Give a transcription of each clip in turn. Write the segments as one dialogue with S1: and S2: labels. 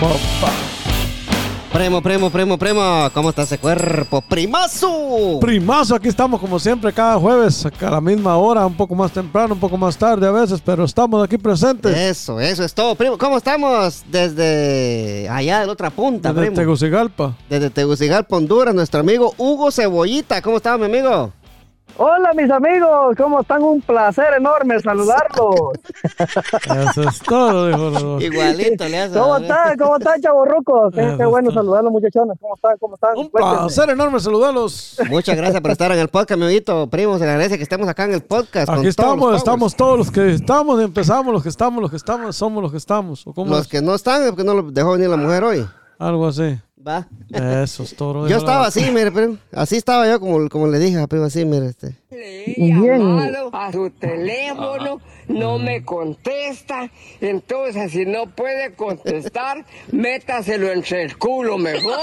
S1: papá.
S2: Primo, primo, primo, primo, ¿cómo está ese cuerpo? ¡Primazo!
S1: Primazo, aquí estamos como siempre cada jueves, a la misma hora, un poco más temprano, un poco más tarde a veces, pero estamos aquí presentes.
S2: Eso, eso es todo, primo. ¿Cómo estamos? Desde allá de la otra punta,
S1: Desde
S2: primo.
S1: Tegucigalpa.
S2: Desde Tegucigalpa, Honduras, nuestro amigo Hugo Cebollita. ¿Cómo está, mi amigo?
S3: Hola mis amigos, ¿cómo están? Un placer enorme saludarlos.
S1: Eso es todo, dijo el otro.
S2: Igualito le hace.
S3: ¿Cómo están? ¿Cómo están, chavorrucos? Eh, Qué, qué bueno saludarlos, muchachones. ¿Cómo están? ¿Cómo están?
S1: Un
S3: Cuéntenme.
S1: placer enorme saludarlos.
S2: Muchas gracias por estar en el podcast, mi amiguito. Primo, se le agradece que estemos acá en el podcast. con
S1: Aquí
S2: todos
S1: estamos,
S2: los powers.
S1: estamos todos los que estamos, empezamos los que estamos, los que estamos, somos los que estamos, o como
S2: Los que no están, es porque no lo dejó venir la mujer hoy.
S1: algo así.
S2: Va.
S1: Eso es todo.
S2: Yo estaba así, mire, primo. Así estaba yo, como, como le dije a primo, así, mire. Este.
S4: Le he
S3: Bien.
S4: llamado a su teléfono, no
S3: Mm.
S4: me contesta. Entonces, si no puede contestar, métaselo entre el culo mejor.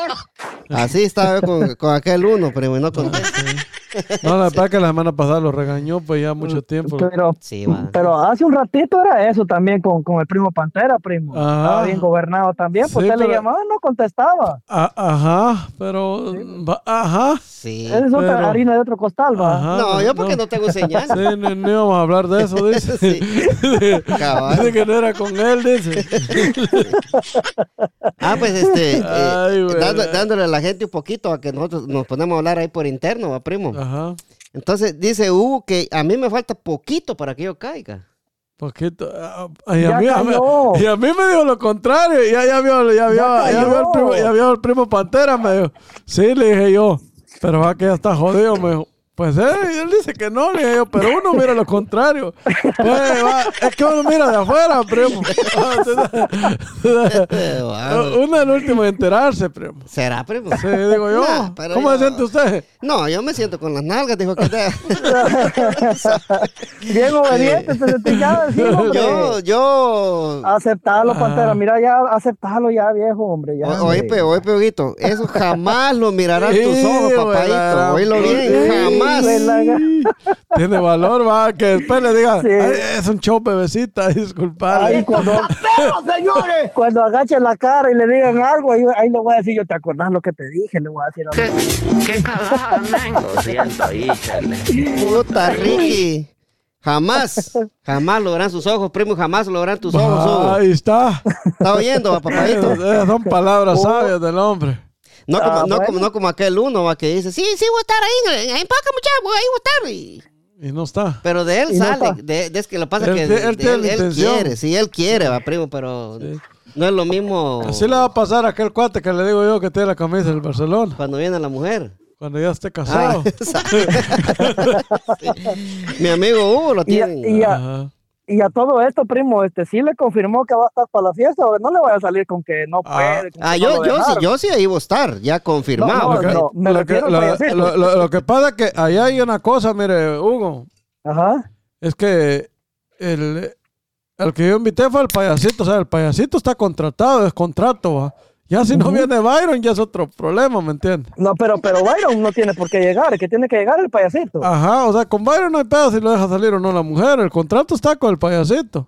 S2: Así estaba yo con, con aquel uno, primo, y no con este,
S1: No, la verdad que la semana pasada lo regañó, pues ya mucho tiempo.
S3: Pero,
S2: Sí, va.
S3: pero hace un ratito era eso también con, con el primo Pantera, primo.
S1: Ajá.
S3: Estaba bien gobernado también, pues
S1: Sí,
S3: usted
S1: pero-
S3: le llamaba, no contestaba.
S1: Ah, ajá, pero. va- Ajá.
S2: Sí.
S3: Esa es otra
S1: pero-
S3: harina de otro costal, va.
S1: ajá,
S2: No, yo porque no, tengo señal.
S1: Sí, no, no íbamos a hablar de eso, dice.
S2: Sí.
S1: dice
S2: Cabal.
S1: que no era con él, dice.
S2: Ah, pues este, eh,
S1: Ay, güey.
S2: dando- dándole a la gente un poquito a que nosotros nos ponemos a hablar ahí por interno, ¿va, primo.
S1: Ajá.
S2: Entonces dice Hugo que a mí me falta poquito para que yo caiga.
S1: Poquito. ah, Y a,
S3: Ya
S1: mí, a mí-
S3: cayó.
S1: y a mí me dijo lo contrario. Ya, ya, vio, ya, vio, ya,
S3: cayó.
S1: vio el primo, ya vio el primo Pantera, me dijo. Sí, le dije yo. Pero va que ya está jodido, me dijo. Pues eh, y él dice que no, le dije yo, pero uno mira lo contrario. Pues, va, es que uno mira de afuera, primo.
S2: Eh, va,
S1: uno es el último en enterarse, primo.
S2: ¿Será, primo?
S1: Oh, Sí, digo yo.
S2: Nah, pero
S1: ¿Cómo
S2: yo-
S1: se siente usted?
S2: No, yo me siento con las nalgas, dijo que
S3: Bien obediente, te sentí ya sí, hombre.
S2: Yo, yo.
S3: Aceptalo,
S1: Ah.
S3: Pantera. Mira, ya, aceptalo ya, viejo, hombre. Ya,
S2: O- Oye,
S3: hombre.
S2: pe, oye, peguito, eso jamás lo mirarán tus
S1: Sí,
S2: ojos,
S1: güey, la-
S2: papadito. Oílo bien,
S1: Sí,
S2: jamás.
S3: güey, la-
S1: Tiene valor, va, que después le diga,
S3: Sí.
S1: "Ay, es un show, bebecita,
S3: Ahí
S1: disculpad.
S3: cuando, señores! Cuando agache la cara y le digan algo, ahí, ahí le voy a decir, yo te acordás lo que te dije, le voy a decir. a-
S5: Lo siento, híjole.
S2: Puta, Ricky. Jamás, jamás lo verán sus ojos, primo, jamás lo verán tus ojos, Hugo.
S1: Ah, Ahí está.
S2: ¿Está oyendo, va, papadito?
S1: Esas son
S3: Oh.
S1: palabras sabias del hombre.
S2: No como,
S3: Ah,
S2: no,
S3: bueno.
S2: como, no como aquel uno va, que dice, sí, sí, voy a estar ahí, en- en poca muchacho, ahí voy a estar. Y-
S1: Y no está.
S2: Pero de él
S3: Y no
S2: sale,
S3: está.
S2: de, de- es que lo pasa
S1: Él
S2: que
S1: te-
S2: de-
S1: él
S2: de
S1: tiene
S2: él,
S1: la
S2: él
S1: intención.
S2: quiere, sí, él quiere, va, primo, pero no es lo mismo
S1: Así le va a pasar a aquel cuate que le digo yo que tiene la camisa del Barcelona,
S2: cuando viene la mujer.
S1: cuando ya esté casado.
S2: Ah, Mi amigo Hugo lo
S3: Y, a-
S2: tiene.
S3: y, a,
S1: Ajá.
S3: y a todo esto, primo, este sí le confirmó que va a estar para la fiesta, o no le voy a salir con que no
S1: Ah.
S3: puede. con
S2: Ah,
S3: que no
S2: yo,
S3: lo
S2: yo, sí,
S3: dejaron.
S2: yo sí ahí voy a estar, ya confirmado.
S3: No,
S1: Lo que-
S3: no, me
S1: lo que-
S3: refiero al
S1: lo-
S3: payasito.
S1: lo- lo- lo que pasa es que allá hay una cosa, mire, Hugo,
S3: Ajá.
S1: Es que el, el que yo invité fue el payasito. O sea, el payasito está contratado, es contrato, va. Ya si no viene Byron, ya es otro problema, ¿me entiendes?
S3: No, pero, pero Byron no tiene por qué llegar, que tiene que llegar el payasito.
S1: Ajá, o sea, con Byron no hay pedo si lo deja salir o no la mujer. El contrato está con el payasito.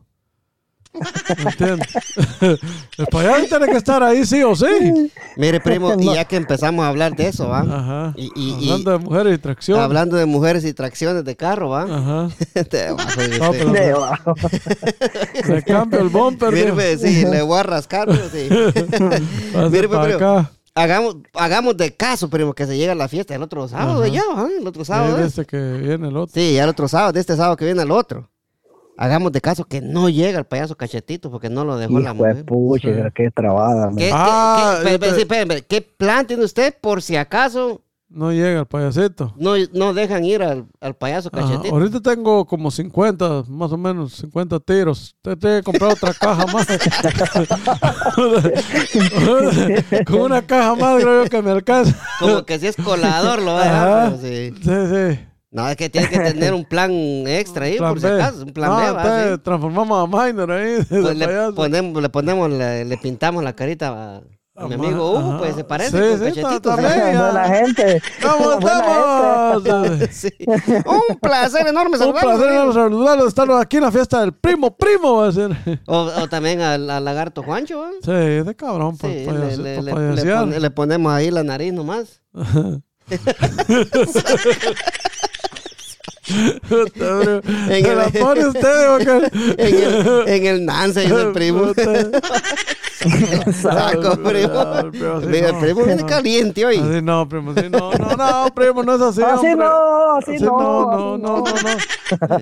S1: ¿Me entiendes? el payaso tiene que estar ahí sí o sí.
S2: Mire, primo, y ya que empezamos a hablar de eso, va.
S1: Ajá.
S2: Y- y- y-
S1: Ah. Hablando de mujeres y tracción.
S2: Hablando de mujeres y tracciones de carro, va.
S1: Ajá.
S2: Te bajo,
S1: Ah. No,
S2: este.
S1: pero
S3: De-
S1: le- le cambio el bumper.
S2: Mire,
S1: digo.
S2: pues, sí, le voy a rascar, pero sí.
S1: Pase
S2: Mire, pues,
S1: pa'
S2: primo,
S1: acá.
S2: hagamos, hagamos de caso, primo, que se llega la fiesta el otro sábado,
S1: Ajá.
S2: ya, ¿ah? el otro sábado.
S1: Es
S2: ¿eh?
S1: este que viene el otro.
S2: Sí, ya el otro sábado, de este sábado que viene el otro. Hagamos de caso que no llega el payaso cachetito porque no lo dejó la
S3: Hijo de
S2: mujer.
S3: pucha, qué trabada, man.
S2: ¿Qué, qué-
S1: Ah,
S2: qué-
S1: yo
S2: espere,
S1: te-
S2: espere, espere, ¿qué plan tiene usted por si acaso
S1: No llega el payasito.
S2: no, no dejan ir al, al payaso
S1: Ajá,
S2: cachetito?
S1: ahorita tengo como 50, más o menos, 50 tiros. Te tengo que comprar otra caja más. Con una caja más creo yo que me alcanza.
S2: Como que si es colador lo va a dejar,
S1: Ajá.
S2: pero
S1: Sí,
S2: sí.
S1: sí.
S2: No, es que tiene que tener un plan extra ahí, por si
S1: B.
S2: acaso, un plan
S1: No,
S2: B, va,
S1: entonces
S2: sí.
S1: Transformamos a Minor ahí. de
S2: Pues le
S1: payaso.
S2: ponemos, le, ponemos la- le pintamos la carita a- Mi amigo Hugo,
S1: Ajá.
S2: pues se parece
S1: Sí,
S2: con
S1: sí,
S2: cachetitos,
S1: está-
S2: ¿verdad?
S1: está bien.
S3: buena gente.
S1: ¿Cómo
S3: buena gente.
S1: estamos?
S2: Sí. Un placer enorme
S1: Un
S2: saludarlos,
S1: placer
S2: amigo.
S1: saludarlos, estarnos aquí en la fiesta del primo, primo, va a ser.
S2: O, o también al, al lagarto Juancho. ¿eh?
S1: Sí, de cabrón,
S2: Sí,
S1: por
S2: le-
S1: Pues, payaso-
S2: le,
S1: por
S2: le- le
S1: payasear.
S2: pon- le ponemos ahí la nariz nomás.
S1: Puta, bro.
S2: En
S1: Se
S2: el-
S1: la pone usted, Boca.
S2: En el, en el Nance, yo el primo.
S1: Puta.
S2: Saco, primo.
S1: Ah, pero así
S2: Mira, el
S1: no.
S2: primo viene caliente hoy.
S1: Así no, primo, así no, no, no, primo, no es así.
S3: Así
S1: hombre.
S3: no, así no,
S1: no, no,
S3: así
S1: no, no,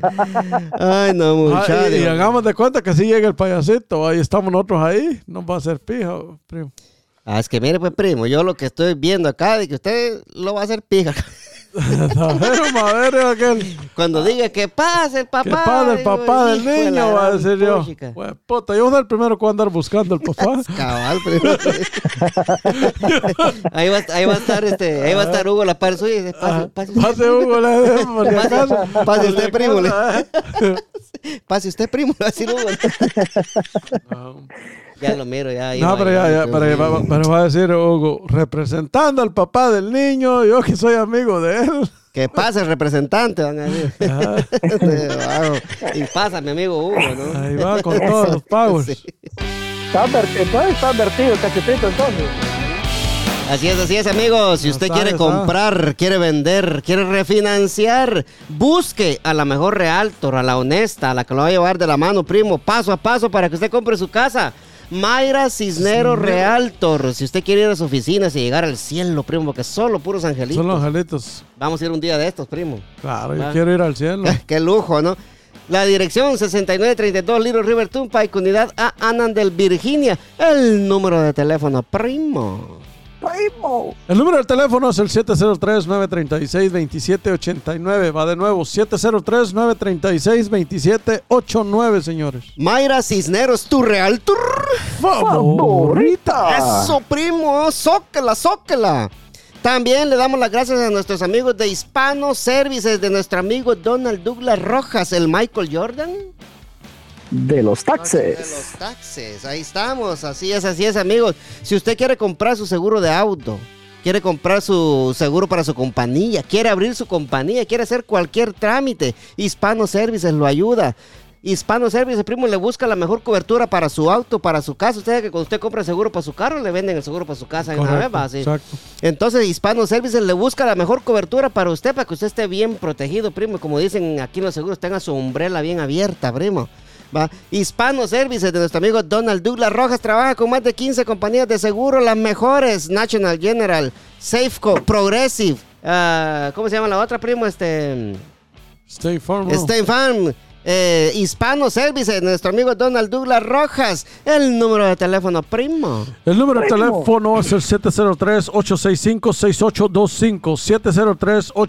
S1: no.
S2: Ay, no,
S1: Ah,
S2: muchachos.
S1: y, y hagamos de cuenta que si llega el payasito, ahí estamos nosotros ahí, nos va a hacer pija, primo.
S2: Ah, es que mire, pues, primo, yo lo que estoy viendo acá de que usted lo va a hacer pija.
S1: A ver, a ver, aquel.
S2: Cuando diga que pase el papá.
S1: Ah. Que el padre, el
S2: digo,
S1: papá del
S2: "Hijo de la
S1: niño, va a
S2: gran
S1: decir yo.
S2: puchica".
S1: Hue- Puta, yo voy a ser el primero que voy a andar buscando el papá.
S2: Cabal, primo. ahí, va, ahí va a estar este, ahí va a estar Hugo la par suya. y dice, Pase, pase, usted,
S1: Pase Hugo, le dejo por si
S2: Pase-
S1: acaso. Por
S2: pase
S1: si
S2: usted,
S1: acaso,
S2: primo, le-
S1: ¿eh?
S2: pase usted, primo, va a decir Hugo. ya lo miro, ya. ahí
S1: No,
S2: va,
S1: pero
S2: ahí va,
S1: ya, ya,
S2: primo.
S1: pero, ya va- pero va a decir Hugo, representando al papá del niño, yo que soy amigo de él.
S2: Que pase el representante, van a decir. De abajo. y pasa mi amigo Hugo, ¿no?
S1: Ahí va con todos los pagos.
S2: Sí.
S3: Está advertido, entonces está advertido el cachetito entonces.
S2: Así es, así es, amigos. Si
S1: No
S2: usted
S1: sabes,
S2: quiere comprar, quiere vender, quiere refinanciar, busque a la mejor realtor, a la honesta, a la que lo va a llevar de la mano, primo, paso a paso para que usted compre su casa. Mayra Cisnero Realtor. Si usted quiere ir a su oficina y llegar al cielo, primo, porque solo puros angelitos.
S1: Son los angelitos.
S2: Vamos a ir un día de estos, primo.
S1: Claro,
S2: Va.
S1: yo quiero ir al cielo.
S2: Qué lujo, ¿no? La dirección 6932 Little River Turnpike, unidad A Anandel, Virginia. El número de teléfono, primo.
S3: Primo.
S1: El número del teléfono es el 703-936-2789. Va de nuevo, 703-936-2789, señores.
S2: Mayra Cisneros, tu realtor.
S1: ¡Favorita!
S2: Eso, primo, zócala, zócala. También le damos las gracias a nuestros amigos de Hispano Services, de nuestro amigo Donald Douglas Rojas, el Michael Jordan.
S3: De los
S2: De
S3: taxes.
S2: los taxes, ahí estamos, así es, así es, amigos. Si usted quiere comprar su seguro de auto, quiere comprar su seguro para su compañía, quiere abrir su compañía, quiere hacer cualquier trámite, Hispano Services lo ayuda. Hispano Services, primo, le busca la mejor cobertura para su auto, para su casa. Usted sabe que cuando usted compra seguro para su carro, le venden el seguro para su casa. en una vez,
S1: Correcto,
S2: va, así.
S1: exacto.
S2: Entonces, Hispano Services le busca la mejor cobertura para usted, para que usted esté bien protegido, primo. Y Como dicen aquí en los seguros, tenga su umbrela bien abierta, primo. ¿Va? Hispano Services de nuestro amigo Donald Douglas Rojas trabaja con más de 15 compañías de seguro, las mejores: National General, Safeco, Progressive. ah, ¿Cómo se llama la otra, primo? Este.
S1: Stay firm. bro.
S2: Stay Farm. eh, Hispano Services, nuestro amigo Donald Douglas Rojas, el número de teléfono primo.
S1: El número de teléfono es el 703-865-6825.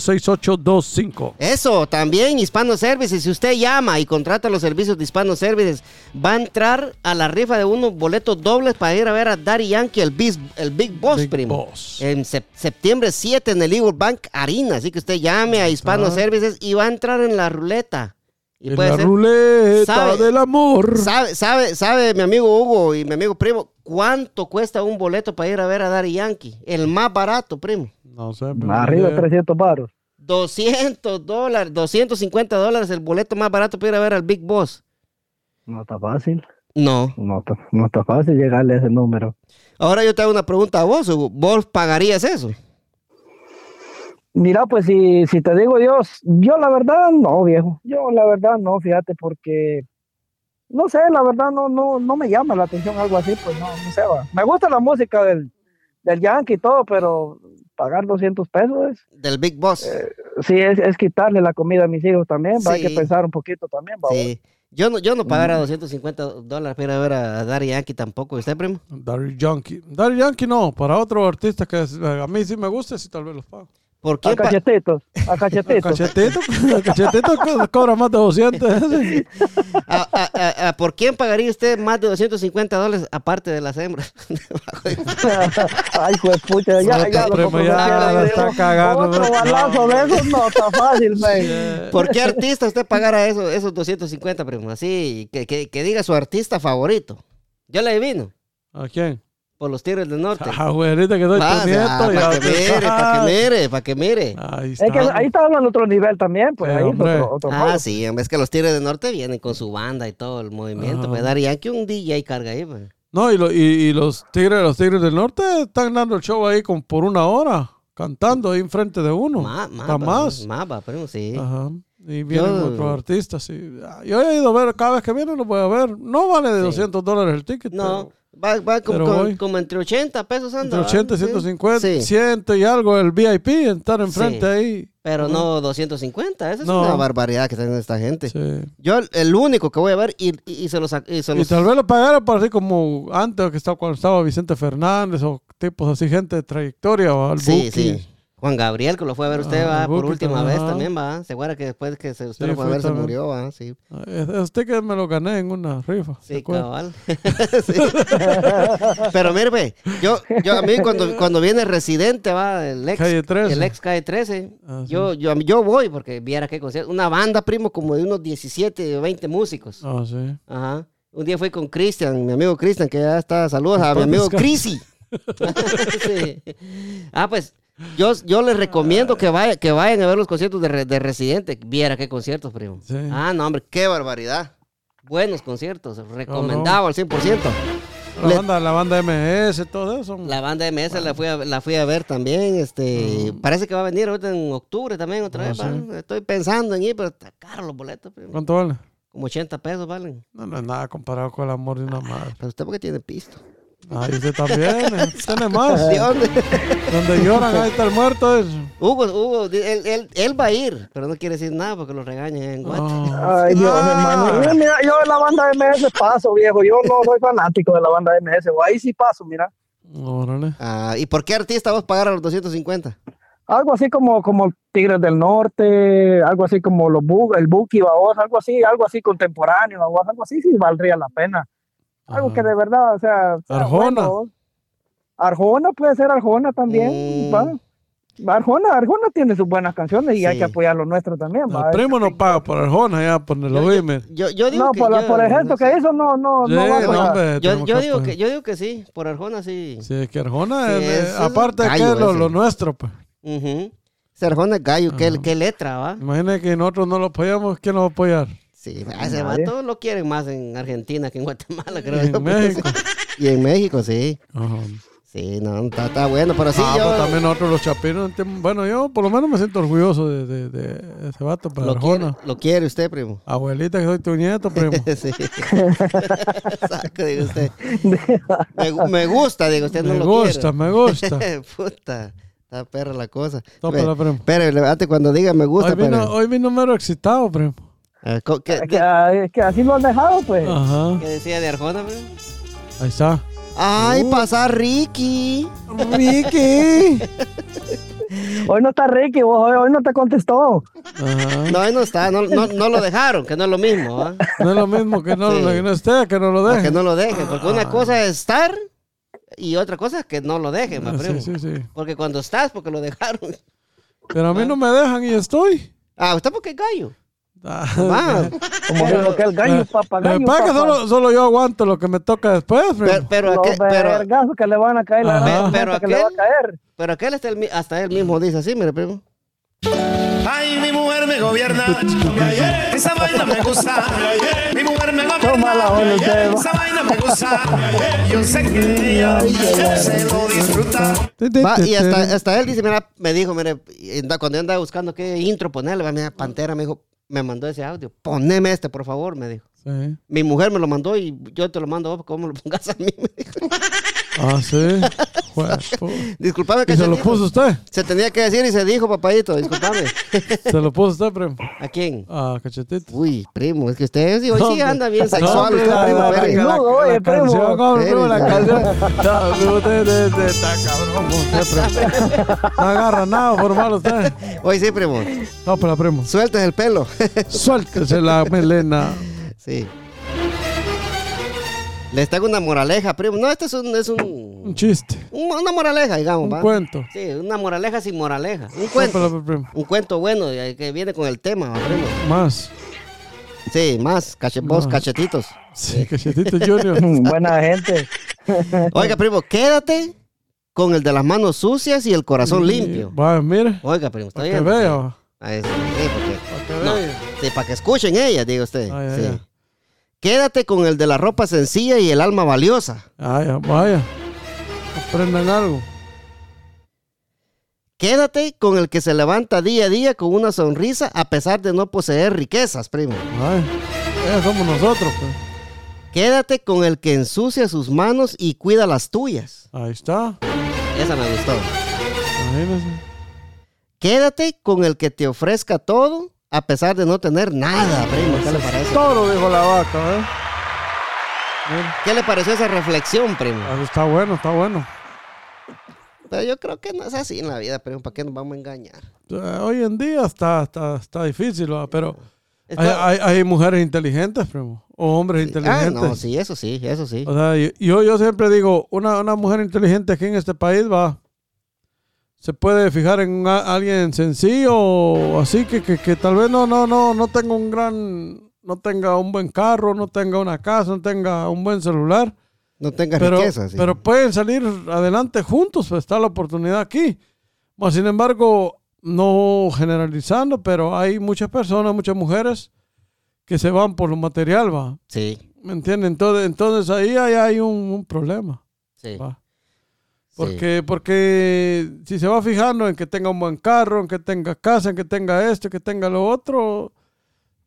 S1: 703-865-6825.
S2: Eso, también Hispano Services. Si usted llama y contrata los servicios de Hispano Services, va a entrar a la rifa de unos boletos dobles para ir a ver a Daddy Yankee, el, bis- el Big Boss,
S1: Big
S2: primo.
S1: Boss.
S2: En sep- septiembre 7 en el Eagle Bank Arena. Así que usted llame a Hispano
S1: está.
S2: Services y va a entrar en la ruleta. Y
S1: En
S2: puede
S1: la
S2: ser-
S1: ruleta
S2: sabe-
S1: del amor.
S2: ¿Sabe, sabe, sabe mi amigo Hugo y mi amigo primo cuánto cuesta un boleto para ir a ver a Daddy Yankee? El más barato, primo.
S1: No sé. pero-
S3: Arriba 300 baros.
S2: 200 dólares, 250 dólares el boleto más barato para ir a ver al Big Boss.
S3: No está fácil.
S2: No.
S3: No está, no está fácil llegarle a ese número.
S2: Ahora yo te hago una pregunta a vos, Hugo. ¿Vos pagarías eso?
S3: Mira, pues si, si te digo Dios, yo la verdad no, viejo. Yo la verdad no, fíjate, porque no sé, la verdad no, no, no me llama la atención algo así, pues no, no sé, va. Me gusta la música del, del Yankee y todo, pero pagar 200 pesos es,
S2: Del Big Boss.
S3: sí, es, es quitarle la comida a mis hijos también, va, hay
S2: Sí.
S3: que pensar un poquito también, va.
S2: Sí. Yo no, yo no pagara 250 dólares para ir a ver a Daddy Yankee tampoco. ¿Y ¿Usted, primo?
S1: Daddy Yankee. Daddy Yankee no, para otro artista que es- eh, a mí sí me gusta, sí tal vez los pago.
S2: ¿Por qué?
S3: A
S2: pa-
S3: cachetitos, a cachetitos.
S1: Cachetito, cachetito co- cobra más de 200. ese.
S2: a- a- a- a- ¿Por quién pagaría usted más de 250 dólares aparte de las hembras?
S3: Ay, pues pucha, ya,
S1: Puta,
S3: ya, lo
S1: primo, ya
S3: comprometieron,
S1: la
S3: ya
S1: está
S3: digo,
S1: cagando, eh,
S3: Otro
S1: bro.
S3: balazo de esos no está fácil, man.
S2: ¿Por qué artista usted pagara eso, esos 250, primo? Así, que, que- que diga su artista favorito. Yo le adivino.
S1: ¿A quién?
S2: por los Tigres del Norte.
S1: Abuelita, que soy
S2: Vas,
S1: tu
S2: ah,
S1: nieto.
S2: para
S1: ya Ah.
S2: que mire, para que mire, para que mire.
S1: Ahí está.
S3: Es que ahí está en otro nivel también, pues
S1: Sí,
S3: ahí es
S1: hombre.
S3: otro, otro
S2: Ah,
S3: rollo.
S2: sí, en vez que los Tigres del Norte vienen con su banda y todo el movimiento.
S1: Ajá.
S2: Pues Daddy Yankee un DJ carga ahí, pues.
S1: No, y, lo- y- y los tigres, los tigres del norte están dando el show ahí con, por una hora, cantando ahí enfrente de uno.
S2: Más, más.
S1: Hasta
S2: va,
S1: más.
S2: Más, va, primo, sí.
S1: Ajá. Y vienen
S2: Yo-
S1: otros artistas. y- ah, yo he ido a ver, cada vez que vienen lo voy a ver. No vale de 200 dólares el ticket.
S2: No, va, va como,
S1: pero
S2: como-
S1: voy.
S2: como entre 80 pesos
S1: pero
S2: anda.
S1: entre 80 y
S2: ¿sí?
S1: 150,
S2: Sí,
S1: 100 y algo el VIP, estar enfrente ahí.
S2: pero no 250. Esa es
S1: No.
S2: una barbaridad que está haciendo esta gente.
S1: Sí.
S2: Yo el- el único que voy a ver y, y- y se los... Y se
S1: Y
S2: los-
S1: tal vez lo pagaron por así como antes, que estaba, cuando estaba Vicente Fernández o tipos así, gente de trayectoria o al
S2: sí,
S1: Buki.
S2: sí. Juan Gabriel, que lo fue a ver usted,
S1: Ah,
S2: va,
S1: el
S2: por
S1: Buki
S2: última
S1: también,
S2: vez
S1: ajá.
S2: también, va. Se acuerda que después que se, usted
S1: Sí,
S2: lo fue a
S1: fue
S2: ver se
S1: también.
S2: murió, va, sí.
S1: Ah, es- Esos tickets me los gané en una rifa. ¿te
S2: Sí,
S1: acuerdas?
S2: cabal. Sí. Pero mire, ve, yo, yo a mí cuando, cuando viene residente, va, el ex
S1: Calle 13.
S2: el ex calle 13
S1: Ah, sí.
S2: yo, yo, yo voy porque viera qué concierto. Una banda, primo, como de unos 17 o 20 músicos.
S1: Ah, sí.
S2: Ajá. Un día fui con Cristian, mi amigo Cristian, que ya está. Saludos a mi amigo
S1: Descansa.
S2: Crisi. Sí. Ah, pues yo, yo les recomiendo que, vaya, que vayan a ver los conciertos de, Re- de Residente. Viera qué conciertos, primo.
S1: Sí.
S2: Ah, no, hombre, qué barbaridad. Buenos conciertos, recomendado al 100%.
S1: La,
S2: Le-
S1: banda, la banda MS, todo eso.
S2: La banda MS la, fui a, la fui a ver también. Este, Parece que va a venir ahorita en octubre también otra
S1: Ah,
S2: vez.
S1: sí.
S2: ¿va? Estoy pensando en ir, pero está caro los boletos. primo.
S1: ¿Cuánto vale?
S2: Como 80 pesos valen.
S1: No, no es nada comparado con el amor de una madre.
S2: Pero usted porque tiene pisto.
S1: Ahí usted también. eh, Tiene más.
S2: ¿De dónde?
S1: Donde lloran, ahí está el muerto. es-
S2: Hugo, Hugo, di- él, él, él va a ir, pero no quiere decir nada porque lo regañan en Guate.
S1: Ah,
S3: Ay, Dios,
S1: Ah.
S3: hermano. ¿eh? Yo, mira, yo de la banda MS paso, viejo. Yo no soy fanático de la banda MS. güey. Ahí sí paso, mira.
S1: Órale.
S2: Ah, ¿Y por qué artista vos pagar a los 250?
S3: Algo así como, como Tigres del Norte, algo así como los Bu- el Buki Baos, algo así, algo así contemporáneo, babos, algo así, sí valdría la pena. Algo
S1: Ajá.
S3: que de verdad, o sea. sea
S1: Arjona.
S3: bueno. Arjona puede ser Arjona también.
S2: Mm.
S3: va. Arjona, Arjona tiene sus buenas canciones y hay
S2: Sí.
S3: que apoyar lo nuestro también.
S1: No,
S3: va.
S1: el primo no paga por Arjona ya, por el oíme.
S2: Yo, yo digo
S3: No,
S2: que
S3: por, la-
S2: yo-
S3: por el gesto que hizo, no, no,
S1: Sí,
S3: no va pues, a
S1: no,
S3: pasar.
S1: hombre,
S2: Yo,
S1: Eh, tenemos
S2: yo digo que,
S1: apoyar.
S2: yo digo que sí, por Arjona sí.
S1: Sí, es que Arjona,
S2: Sí,
S1: él, eh,
S2: ese es un
S1: aparte de que
S2: gallo
S1: es lo,
S2: ese.
S1: lo nuestro, pues.
S2: Ujú. Ese Arjona es gallo, qué,
S1: Ajá.
S2: qué letra, ¿va?
S1: Imagínate que nosotros no lo apoyamos, ¿quién nos va a apoyar?
S2: Sí, a ese
S3: Nadie.
S2: vato lo quieren más en Argentina que en Guatemala, creo
S1: En
S2: yo. pues.
S1: México.
S2: Y en México, sí.
S1: Ajá.
S2: Sí, no, está, está bueno, pero sí,
S1: ah,
S2: yo
S1: pues también nosotros los chapinos. enti- Bueno, yo por lo menos me siento orgulloso de, de- de ese vato, para
S2: lo, quiere,
S1: Arjona.
S2: lo quiere usted, primo.
S1: Abuelita, que soy tu nieto, primo.
S2: Sí. Saco, digo usted. Me, gu- me gusta, digo usted, no
S1: me
S2: lo
S1: gusta, me gusta.
S2: quiere. Puta, está perra la cosa.
S1: Tópala, primo.
S2: Pero levante cuando diga me gusta,
S1: Hoy vino,
S2: pero.
S1: hoy vino mero excitado, primo.
S2: Eh, co- ¿qué,
S3: Es que,
S2: qué-
S3: ah, es que así lo han dejado, pues.
S1: Ajá,
S2: qué decía de Arjona, primo?
S1: ahí está.
S2: Ay,
S1: Uh.
S2: pasa Ricky.
S1: ¡Ricky!
S3: Hoy no está Ricky, vos, hoy, hoy no te contestó.
S1: Ajá.
S2: No, ahí no está, no, no, no lo dejaron, que no es lo mismo, ¿ah?
S1: No es lo mismo que no,
S2: Sí.
S1: lo- que no esté, que no lo
S2: Para que
S1: deje.
S2: no lo dejen, porque
S1: Ah.
S2: una cosa es estar y otra cosa es que no lo dejen, ma,
S1: Ah,
S2: primo.
S1: sí, sí, sí.
S2: Porque cuando estás, porque lo dejaron.
S1: Pero a mí no me dejan y estoy.
S2: Ah, usted porque es gallo.
S1: Ah,
S2: Va.
S3: Como que lo que el gallo, papá,
S1: Lo
S3: gallo,
S1: que pasa es que
S3: papá.
S1: solo, solo yo aguanto lo que me toca después, primo.
S2: Pero, pero,
S3: Los
S2: aquel, pero,
S3: vergazos que le van a caer, la
S1: Ajá.
S3: gran
S2: Pero
S3: puta que le va a
S2: aquel-
S3: caer.
S2: pero aquel hasta él, mi- hasta él mismo dice así, mire, primo.
S6: Ay, mi mujer me gobierna. Esa vaina me gusta. Mi mujer me
S3: Toma la
S6: gobierna.
S3: onda, usted, va.
S6: Esa vaina me gusta. Yo sé que ella se lo disfruta.
S2: Va, y hasta, eh. hasta él dice, mira, me dijo, mire, y anda- cuando yo andaba buscando qué intro ponerle, va, mira, Pantera me dijo, me mandó ese audio, poneme este, por favor, me dijo.
S1: Sí.
S2: Mi mujer me lo mandó y yo te lo mando, a vos, ¿cómo lo pongas a mí? Me dijo.
S1: Ah, sí. Jue- pu-
S2: Disculpame que
S1: ¿Y se
S2: se
S1: lo
S2: dijo.
S1: puso usted?
S2: Se tenía que decir y se dijo, papadito, disculpame.
S1: Se lo puso usted, primo.
S2: ¿A quién?
S1: Ah, cachetito.
S2: Uy, primo, es que usted Pues sí, hoy sí
S1: No,
S2: anda bien
S1: no,
S2: sexual,
S1: hombre,
S2: usted,
S1: la-
S2: primo,
S1: la-
S2: espere.
S1: la-
S3: No,
S1: la
S3: oye, primo.
S1: canción, no, primo, la
S2: Espere.
S1: canción. No, primo, usted- usted- usted está cabrón, usted, primo. No agarra nada formal usted.
S2: Hoy sí, primo,
S1: No, pero primo.
S2: sueltes el pelo.
S1: Suéltese la melena.
S2: sí. Les tengo una moraleja, primo. No, este es un, es un
S1: Un chiste.
S2: Un- una moraleja, digamos.
S1: Un
S2: ¿va?
S1: cuento.
S2: Sí, una moraleja sin moraleja. Un
S1: No,
S2: cuento.
S1: pero, primo.
S2: Un cuento bueno eh, que viene con el tema, ¿va, primo.
S1: Más.
S2: Sí, más, cache- vos,
S1: No.
S2: cachetitos.
S1: Sí, cachetito Junior.
S3: Buena gente.
S2: Oiga, primo, quédate con el de las manos sucias y el corazón limpio.
S1: Bueno, mire.
S2: Oiga, primo, está
S1: Para que
S2: bien.
S1: vea.
S2: Ahí está, sí, porque-
S1: Para que
S2: no,
S1: vea.
S2: sí, para que escuchen ellas, diga usted.
S1: Ay, ay,
S2: sí.
S1: ay.
S2: Quédate con el de la ropa sencilla y el alma valiosa.
S1: Vaya, vaya. Aprendan algo.
S2: Quédate con el que se levanta día a día con una sonrisa a pesar de no poseer riquezas, primo.
S1: Vaya. Ya somos nosotros, pues.
S2: Quédate con el que ensucia sus manos y cuida las tuyas.
S1: Ahí está.
S2: Esa me gustó.
S1: Imagínense.
S2: Quédate con el que te ofrezca todo a pesar de no tener nada, primo. ¿Qué le parece?
S1: Toro dijo la vaca, ¿eh? Mira,
S2: ¿Qué le pareció esa reflexión, primo?
S1: ah, Está bueno, está bueno.
S2: Pero yo creo que no es así en la vida, primo. ¿Para qué nos vamos a engañar?
S1: Eh, Hoy en día está, está, está difícil, ¿va? pero
S2: Es
S1: hay,
S2: todo-
S1: hay- hay mujeres inteligentes, primo, o hombres
S2: ah,
S1: inteligentes.
S2: no, sí, eso sí, eso sí.
S1: O sea, yo- yo, yo siempre digo, una, una mujer inteligente aquí en este país va, se puede fijar en un a- alguien sencillo, o así que, que, que tal vez no, no, no, no tenga un gran, no tenga un buen carro, no tenga una casa, no tenga un buen celular,
S2: No tengas
S1: pero,
S2: riquezas. sí.
S1: pero pueden salir adelante juntos, pues, está la oportunidad aquí. Mas, sin embargo, no generalizando, pero hay muchas personas, muchas mujeres que se van por lo material, va.
S2: Sí,
S1: ¿Me entiendes? Entonces, entonces ahí, ahí hay un, un problema.
S2: sí.
S1: va.
S2: sí.
S1: Porque, porque si se va fijando en que tenga un buen carro, en que tenga casa, en que tenga esto, que tenga lo otro,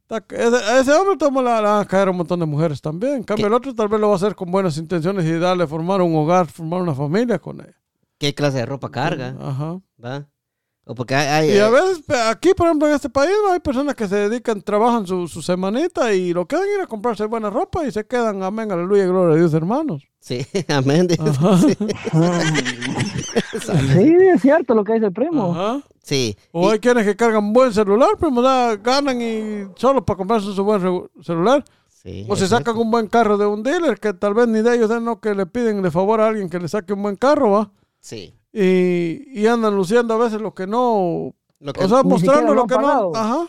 S1: ta- ese, a ese hombre toma la, la van a caer un montón de mujeres también. En cambio,
S2: ¿Qué?
S1: el otro tal vez lo va a hacer con buenas intenciones y darle, formar un hogar, formar una familia con ella.
S2: ¿Qué clase de ropa carga?
S1: Ajá.
S2: ¿Va? O porque hay. eh, hay-
S1: Y a veces, pe- aquí, por ejemplo, en este país, hay personas que se dedican, trabajan su, su semanita y lo que van a ir a comprarse buena ropa y se quedan, amén, aleluya, gloria a Dios, hermanos.
S2: Sí, amén. dice.
S1: Ajá.
S3: Sí, es cierto lo que dice el primo.
S1: Ajá.
S2: Sí.
S1: O hay quienes que cargan buen celular, pero ganan y solo para comprarse su buen re- celular.
S2: sí,
S1: O se
S2: es
S1: sacan
S2: cierto.
S1: un buen carro de un dealer que tal vez ni de ellos den lo que le piden de favor a alguien que le saque un buen carro, ¿va?
S2: Sí.
S1: Y, y andan luciendo a veces lo que no.
S2: Lo que,
S1: O sea,
S3: Ni
S1: mostrando
S3: siquiera lo
S1: lo
S3: han
S1: que no.
S3: pagado.
S1: Ajá.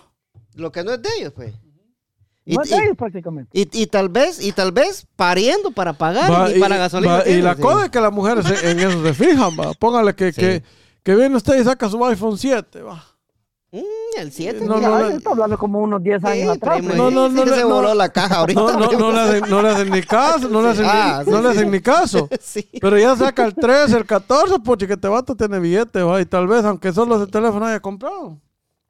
S2: lo que no es de ellos, pues. Y,
S3: No es
S2: y-
S3: de ellos prácticamente.
S2: y- y tal vez, y tal vez pariendo para pagar
S1: Va,
S2: y, para gasolina.
S1: va, y
S2: tienen,
S1: la
S2: sí.
S1: cosa es que las mujeres se- en eso se fijan, ¿va? Póngale que,
S2: Sí.
S1: que, que viene usted y saca su iPhone 7, ¿va?
S2: Mm, el 7.
S1: No,
S3: Mira,
S1: no,
S3: ay,
S1: no.
S3: está hablando como unos 10 años atrás. pues.
S2: primo,
S1: No,
S3: primo.
S1: no,
S2: sí
S1: no
S2: que
S1: le-
S2: se
S1: no.
S2: voló la caja ahorita. pues.
S1: No, no,
S2: primo.
S1: no le hacen, no le hacen ni caso, no le hacen,
S2: Ah,
S1: ni,
S2: sí,
S1: no le
S2: sí.
S1: hacen ni caso.
S2: Sí.
S1: Pero ya saca el 13, el 14, porque que te vato tiene billete, va, y tal vez, aunque solo ese teléfono haya comprado.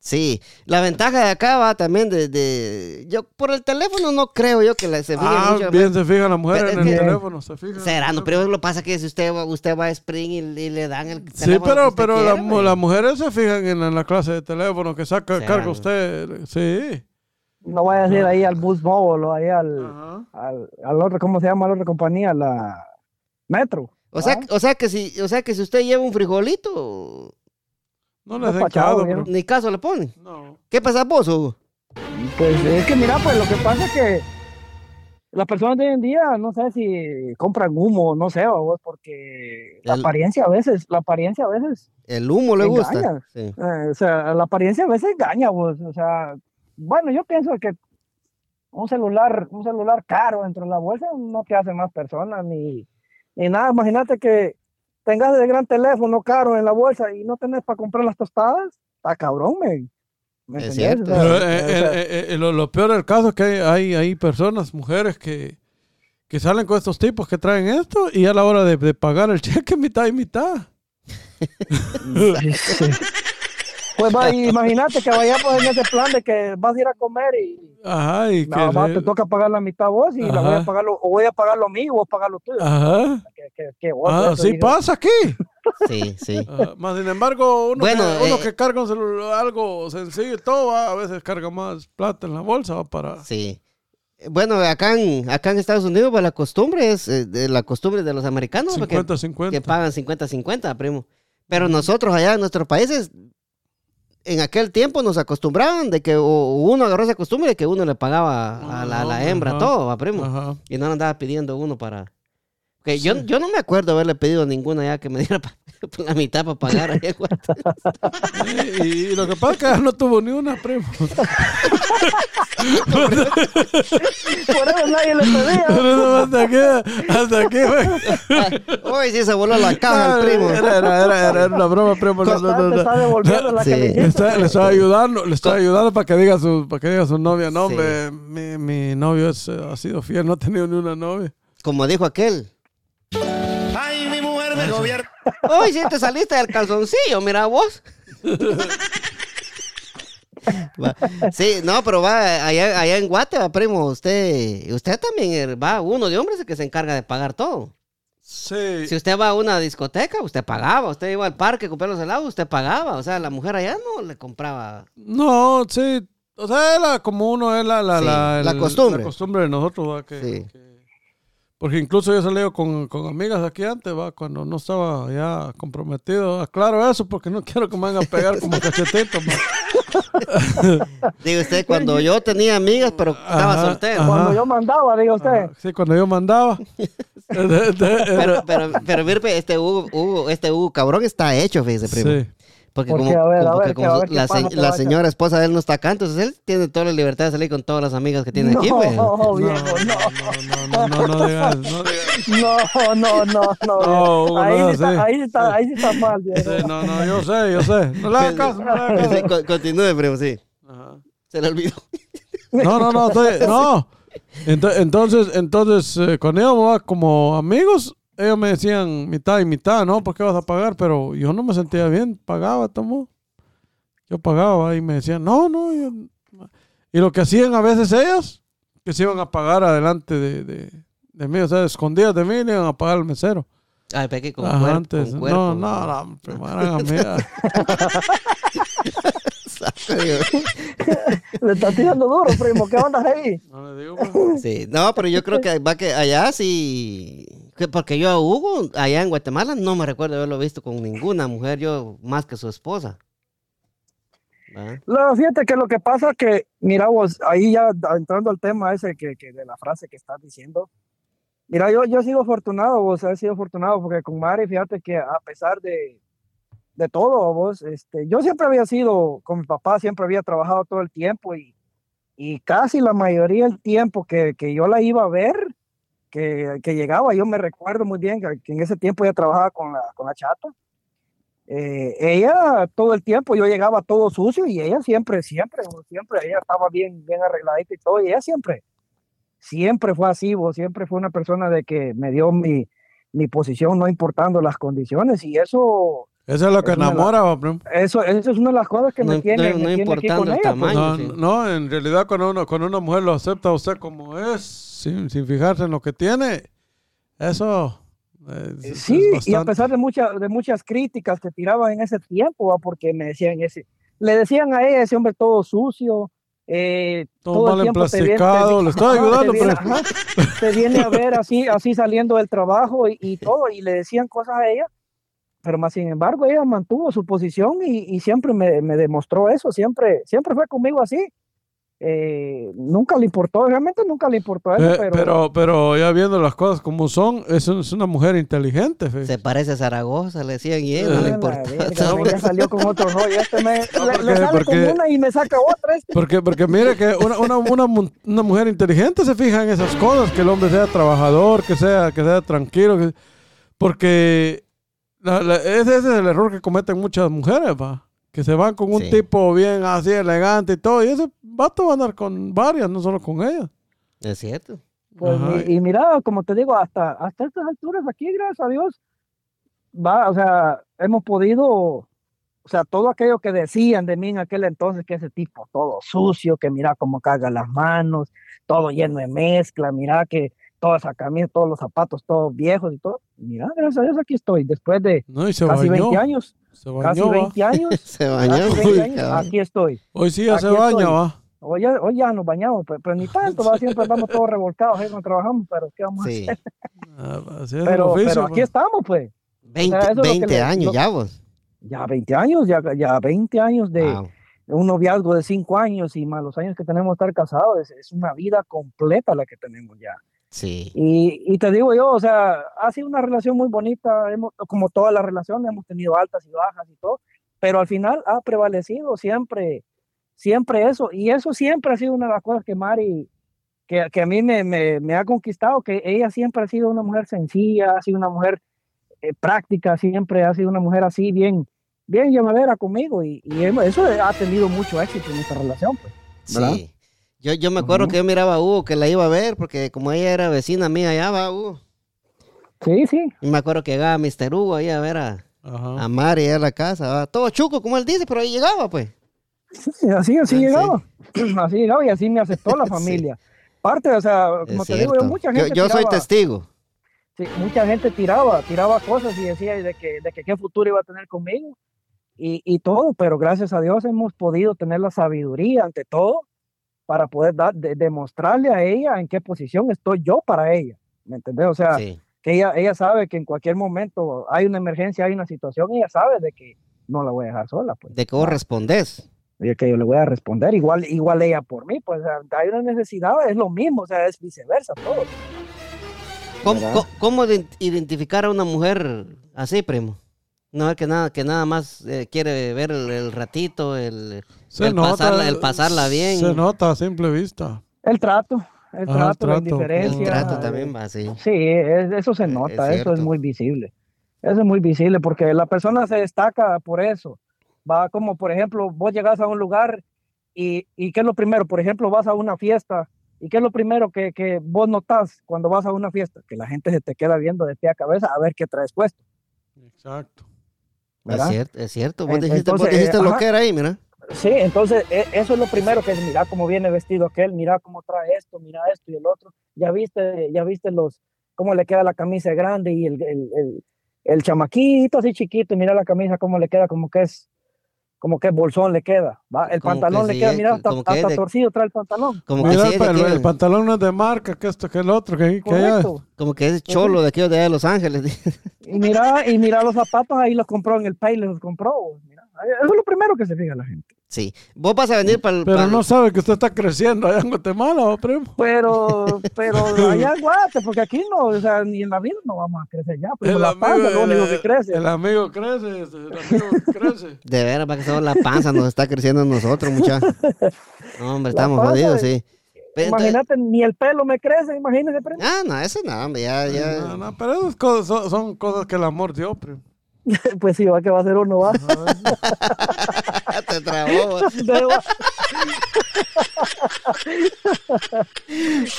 S2: Sí, la ventaja de acá va también de, de- yo por el teléfono no creo yo que la, se fije
S1: ah,
S2: mucho.
S1: bien se fijan las mujeres en
S2: Pero
S1: el
S2: es que-
S1: teléfono, se fijan.
S2: Será, no, pero lo que pasa es que si usted va, usted va a Spring y, y le dan el
S1: Sí,
S2: teléfono que
S1: pero,
S2: usted pues.
S1: pero
S2: quiere,
S1: las
S2: güey.
S1: mu- las mujeres se fijan en, en la clase de teléfono que saca,
S2: Será,
S1: carga
S2: ¿no?
S1: usted. Sí.
S3: No vayas a ir ahí al Bus Mobile o ahí al, al, al otro, ¿cómo se llama la otra compañía? La Metro.
S2: o sea,
S3: ¿ah?
S2: o sea que si, o sea que si usted lleva un frijolito,
S1: No
S3: No
S1: les den
S3: pachado,
S1: caso,
S3: viejo.
S1: bro.
S2: ni caso le ponen.
S1: No.
S2: ¿Qué pasa vos, Hugo?
S3: Pues es que mira, pues lo que pasa es que las personas de hoy en día, no sé si compran humo, no sé, vos, porque la
S2: El-
S3: apariencia a veces, la apariencia a veces
S2: El humo le gusta.
S3: Engaña.
S2: Sí.
S3: Eh, o sea, la apariencia a veces engaña, vos. O sea, bueno, yo pienso que un celular, un celular caro dentro de la bolsa no te hace más persona ni, ni nada. Imagínate que tengas el gran teléfono caro en la bolsa y no tenés para comprar las tostadas. Está cabrón, men. ¿me?
S2: Es
S3: entendés?
S2: cierto.
S3: O sea,
S1: Pero,
S3: o
S1: eh, eh,
S3: sea,
S1: eh, eh, lo, lo peor del caso es que hay, hay, hay personas, mujeres que, que salen con estos tipos que traen esto y a la hora de, de pagar el cheque mitad y mitad.
S3: sí. Pues va, y imagínate que vayamos en ese plan de que vas a ir a comer y
S1: Ajá, y
S3: nada
S1: que...
S3: más
S1: le-
S3: te toca pagar la mitad vos y la voy
S1: Ajá.
S3: a pagar lo- o voy a pagar lo mío o vos pagar lo tuyo.
S1: Ajá.
S3: Que, que, que vos, pues,
S1: Ah,
S3: eso,
S1: sí
S3: digo.
S1: pasa aquí.
S2: Sí, sí.
S1: Ajá, Más sin embargo, uno,
S2: Bueno,
S1: que, uno
S2: eh,
S1: que carga un celular, algo sencillo y todo, va, a veces carga más plata en la bolsa va, para...
S2: Sí. Eh, Bueno, acá en, acá en Estados Unidos pues, la costumbre es eh, de la costumbre de los americanos porque-
S1: 50-50.
S2: que pagan 50-50, primo. Pero nosotros allá en nuestros países, en aquel tiempo nos acostumbraban de que o- o uno agarró esa costumbre de que uno le pagaba a la, a la
S1: Ajá,
S2: hembra
S1: Ah, ajá.
S2: todo, va, primo.
S1: Ajá.
S2: Y no le andaba pidiendo uno para... Que yo, yo no me acuerdo haberle pedido ninguna ya que me diera pa- Por la mitad para pagar. ahí, güey.
S1: Y, y lo que pasa es que no tuvo ni una, primo.
S3: Por eso nadie le pedía.
S1: Pero hasta aquí, hasta aquí, güey.
S2: Hoy sí se voló la caja el primo.
S1: Era, era, era, era una broma, primo. No, no, no,
S3: Te está
S1: no.
S3: devolviendo la
S2: Sí.
S3: que le
S1: Le
S3: hiciste.
S1: está, le está ayudando, le está ayudando para que diga su, para que diga su novia, no,
S2: Sí.
S1: hombre, mi, mi novio es, eh, ha sido fiel, no ha tenido ni una novia.
S2: Como dijo aquel.
S6: Ay, mi mujer me gobierna.
S2: Hoy sí te saliste del calzoncillo, mira vos. Va. Sí, no, pero va allá, allá en Guate, va, primo. Usted usted también eh, va, uno de hombres que se encarga de pagar todo.
S1: Sí.
S2: Si usted va a una discoteca, usted pagaba. Usted iba al parque a comprar los helados, usted pagaba. O sea, la mujer allá no le compraba.
S1: No, sí. O sea, es la- como uno es la, la,
S2: Sí,
S1: la,
S2: la costumbre.
S1: la costumbre de nosotros, va, que-
S2: Sí.
S1: que- porque incluso yo he salido con, con amigas aquí antes, va, cuando no estaba ya comprometido. Aclaro eso porque no quiero que me van a pegar como cachetito, va.
S2: Digo usted, cuando yo tenía amigas, pero estaba
S1: Ajá,
S2: soltero.
S1: ajá. Ah,
S3: Cuando yo mandaba, digo usted.
S1: Sí, cuando yo mandaba.
S2: Pero, pero, pero, mire, este Hugo, Hugo- este Hugo cabrón está hecho, fíjese, primo.
S1: sí.
S2: Porque
S3: ¿Por
S2: como,
S3: qué? A ver,
S2: como
S3: a
S2: que
S3: ver,
S2: como
S3: que a
S2: su-
S3: ver qué
S2: la, se-
S3: pasa, qué
S2: la
S3: pasa.
S2: señora esposa de él no está acá, entonces él tiene toda la libertad de salir con todas las amigas que tiene
S3: No,
S2: aquí, pues. güey.
S1: No,
S3: viejo,
S1: Oh, no, no, no, no, no digas, no digas.
S3: no. No, no, no,
S1: No,
S3: no.
S1: Hugo,
S3: Ahí
S1: no,
S3: sí está,
S1: sí.
S3: ahí sí está, ahí sí está mal, viejo.
S1: Sí, no, no, yo sé, yo sé. No le hagas caso, no le hagas
S2: Sí,
S1: caso.
S2: co- Continúe, primo, sí.
S1: Ajá.
S2: Se le olvidó.
S1: No, no, no, estoy- no. Ento- entonces, entonces, eh, cuando íbamos ah, como amigos, ellos me decían mitad y mitad, ¿no? ¿Por qué vas a pagar? Pero yo no me sentía bien, pagaba, tomo. Yo pagaba y me decían, no, no. yo- Y lo que hacían a veces ellas, que se iban a pagar adelante de, de- de mí, o sea, escondidas de mí, le iban a pagar al mesero.
S2: Ay, peque, con,
S1: Ajá,
S2: cuerpo,
S1: antes.
S2: con cuerpo.
S1: no, no, no, primo, eran amigas.
S3: Le está tirando duro, primo. ¿Qué onda ahí?
S1: No le digo, pues.
S2: Sí, no, pero yo creo que va que allá sí. que- Porque yo a Hugo, allá en Guatemala, no me recuerdo haberlo visto con ninguna mujer, yo más que su esposa. ¿Va?
S3: No, fíjate que lo que pasa es que, mira vos, ahí ya entrando al tema ese que, que de la frase que estás diciendo, mira, yo, yo he sido afortunado, vos, he sido afortunado porque con Mari, fíjate que a pesar de, de todo, vos, este, yo siempre había sido, con mi papá siempre había trabajado todo el tiempo y, y casi la mayoría del tiempo que, que yo la iba a ver, que, que llegaba, yo me recuerdo muy bien que, que en ese tiempo ya trabajaba con la, con la chata eh, ella todo el tiempo, yo llegaba todo sucio y ella siempre, siempre, o siempre, ella estaba bien, bien arregladita y todo, y ella siempre, siempre fue así, vos, siempre fue una persona de que me dio mi, mi posición, no importando las condiciones, y eso,
S1: Eso es lo que
S3: Es una-
S1: enamora, va, primo.
S3: eso, eso es una de las cosas que
S2: No
S3: me
S2: im-
S3: tiene,
S2: no-
S3: me
S2: no
S3: tiene aquí
S2: importando
S3: con
S2: el
S3: ella, pues.
S1: No,
S2: tamaño. sí.
S1: no, en realidad cuando, uno, cuando una mujer lo acepta a usted como es, sin, sin fijarse en lo que tiene, eso eh, es, es
S3: eh, Sí, y a
S1: bastante.
S3: pesar de, muchas de muchas críticas que tiraban en ese tiempo, va, porque me decían ese, le decían a ella ese hombre todo sucio, eh,
S1: Todo
S3: todo,
S1: mal
S3: el tiempo te viene- te
S1: emplasticado,
S3: vi-
S1: le estoy
S3: ajá,
S1: ayudando,
S3: te viene,
S1: pero-
S3: ajá, te viene a ver así, así saliendo del trabajo y, y todo, y le decían cosas a ella, pero más sin embargo ella mantuvo su posición y, y siempre me, me demostró eso, siempre, siempre fue conmigo así. Eh, nunca le importó, realmente nunca le importó eso,
S1: Eh, pero,
S3: pero,
S1: pero, ya viendo las cosas como son, es, un- es una mujer inteligente. fe.
S3: Pues.
S2: Se parece a Zaragoza, le decían, y él
S1: Eh,
S2: no le
S3: Ah,
S1: la
S2: importa.
S3: verga, men, ya salió con otro rollo. Este me,
S1: No,
S3: le-
S1: porque-
S3: le sale
S1: porque-
S3: con una y me saca otra. Este.
S1: Porque, porque mire que una, una, una mu- una mujer inteligente se fija en esas cosas, que el hombre sea trabajador, que sea, que sea tranquilo, que- porque la- la- ese, ese es el error que cometen muchas mujeres, va. Que se van con un
S2: Sí.
S1: tipo bien así, elegante y todo, y ese vato va a andar con varias, no solo con ella.
S2: Es cierto.
S3: Pues,
S1: Ajá.
S3: mi- y, mira, como te digo, hasta, hasta estas alturas aquí, gracias a Dios, va, o sea, hemos podido, o sea, todo aquello que decían de mí en aquel entonces, que ese tipo todo sucio, que mira cómo caga las manos, todo lleno de mezcla, mira que toda esa camisa, todos los zapatos, todos viejos y todo. Mira, gracias a Dios aquí estoy, después de
S1: No, y se
S3: casi
S1: bañó.
S3: 20 años,
S1: Se bañó,
S3: casi
S1: va.
S3: 20 años,
S2: Se bañó.
S3: casi 20 Ah, años, aquí estoy.
S1: Hoy sí ya se
S3: Aquí
S1: baña,
S3: estoy.
S1: va.
S3: Hoy ya, hoy ya nos bañamos, pe- pero, ni tanto, va, siempre vamos todos revolcados, ahí cuando trabajamos, pero ¿qué vamos a
S2: Sí.
S3: hacer?
S1: Ah, Así es el
S3: Pero,
S1: oficio,
S3: pero
S1: va.
S3: aquí estamos, pues. sea,
S2: 20,
S3: eso es lo que
S2: 20
S3: le-
S2: años
S3: lo-
S2: ya vos. Ah,
S3: Ya 20 años, ya, ya 20 años de
S2: Wow.
S3: un noviazgo de 5 años y más los años que tenemos de estar casados, es, es una vida completa la que tenemos ya.
S2: Sí.
S3: Y, y te digo yo, o sea, ha sido una relación muy bonita, hemos- como todas las relaciones, hemos tenido altas y bajas y todo, pero al final ha prevalecido siempre, siempre eso, y eso siempre ha sido una de las cosas que Mari, que, que a mí me, me- me ha conquistado, que ella siempre ha sido una mujer sencilla, ha sido una mujer eh, práctica, siempre ha sido una mujer así, bien, bien llamadera conmigo, y, y hemos- eso ha tenido mucho éxito en nuestra relación. pues. ¿Verdad?
S2: Sí. Yo, yo me acuerdo que yo miraba a Hugo que la iba a ver, porque como ella era vecina mía allá, va Hugo.
S3: Sí, sí,
S2: Y me acuerdo que llegaba Mr. Hugo ahí a ver a,
S1: Ajá.
S2: a Mari a la casa, va. todo chuco, como él dice, pero ahí llegaba, pues.
S3: Sí, Eh, así, así
S2: Ah, sí.
S3: llegaba. Así llegaba y así me aceptó la familia. Parte, o sea, como
S2: Es
S3: te digo, yo,
S2: cierto.
S3: mucha
S2: Yo-
S3: gente.
S2: yo soy
S3: tiraba-
S2: testigo.
S3: sí, mucha gente tiraba, tiraba cosas y decía de que, de que qué futuro iba a tener conmigo y, y todo, pero gracias a Dios hemos podido tener la sabiduría ante todo para poder dar, de- demostrarle a ella en qué posición estoy yo para ella. ¿Me entendés? O sea,
S2: Sí.
S3: que ella, ella sabe que en cualquier momento hay una emergencia, hay una situación, ella sabe de que no la voy a dejar sola. Pues.
S2: De que vos respondés.
S3: Oye, que yo le voy a responder, igual, igual ella por mí, pues o sea, hay una necesidad, es lo mismo, o sea, es viceversa todo.
S2: ¿Cómo,
S3: ¿Verdad?
S2: co- cómo de- identificar a una mujer así, primo? No, que nada, que nada más eh, quiere ver el, el ratito, el, el pasarla, el pasarla bien.
S1: Se nota a simple vista.
S3: El trato, el
S1: Ajá,
S3: trato,
S1: el
S3: la
S1: trato.
S2: el
S3: indiferencia.
S2: trato
S1: eh,
S2: también va así.
S3: Sí, es- eso se
S2: Es-
S3: nota,
S2: es
S3: eso es
S2: cierto.
S3: muy visible. Eso es muy visible porque la persona se destaca por eso. Va como, por ejemplo, vos llegas a un lugar y, y ¿qué es lo primero? Por ejemplo, vas a una fiesta y ¿qué es lo primero que, que vos notás cuando vas a una fiesta? Que la gente se te queda viendo de pie a cabeza a ver qué traes puesto,
S1: Exacto.
S2: Es
S3: ¿verdad?
S2: cierto, es cierto. Vos
S3: En-
S2: dijiste, vos
S3: entonces, eh,
S2: dijiste lo
S3: ajá.
S2: que era ahí, mira.
S3: Sí, entonces e- eso es lo primero que es, mira cómo viene vestido aquel, mira cómo trae esto, mira esto y el otro. Ya viste, ya viste los, cómo le queda la camisa grande y el, el, el, el chamaquito así chiquito, y mira la camisa cómo le queda, como que es, como que bolsón le queda, ¿va? El
S2: Como
S3: pantalón
S2: que
S3: le
S2: sí,
S3: queda,
S2: eh,
S3: mira, hasta,
S2: como que es
S3: hasta
S2: de-
S3: torcido trae el pantalón.
S2: Como que,
S1: Mira,
S2: sí,
S1: el,
S2: es de
S1: pa- el
S2: aquellos-
S1: pantalón no es de marca, que esto, que el otro, que, que allá.
S3: Correcto.
S2: como que es cholo de aquellos de allá de Los Ángeles.
S3: Y mira, y mira los zapatos, ahí los compró en el país, los compró. mira. Eso es lo primero que se fija la gente.
S2: sí. Vos vas a venir para el...
S1: Pero no sabe que usted está creciendo allá en Guatemala, ¿va, primo.
S3: Pero, pero allá en Guate, porque aquí no, o sea, ni en la vida no vamos a crecer ya. Pues la panza es lo único que crece.
S1: el amigo crece, el amigo crece.
S2: De veras, para que somos la panza nos está creciendo a nosotros, muchachos. No, hombre,
S3: La
S2: estamos
S3: panza
S2: jodidos,
S3: de-
S2: sí. Pero entonces-
S3: Imagínate, ni el pelo me crece, imagínese, primo.
S2: Ah, no, eso no, hombre, ya, ya.
S1: No, no, pero esas cosas son, son cosas que el amor dio, primo.
S3: Pues sí, va que va a ser uno, va.
S2: Te trabó. güey.
S3: Entonces va-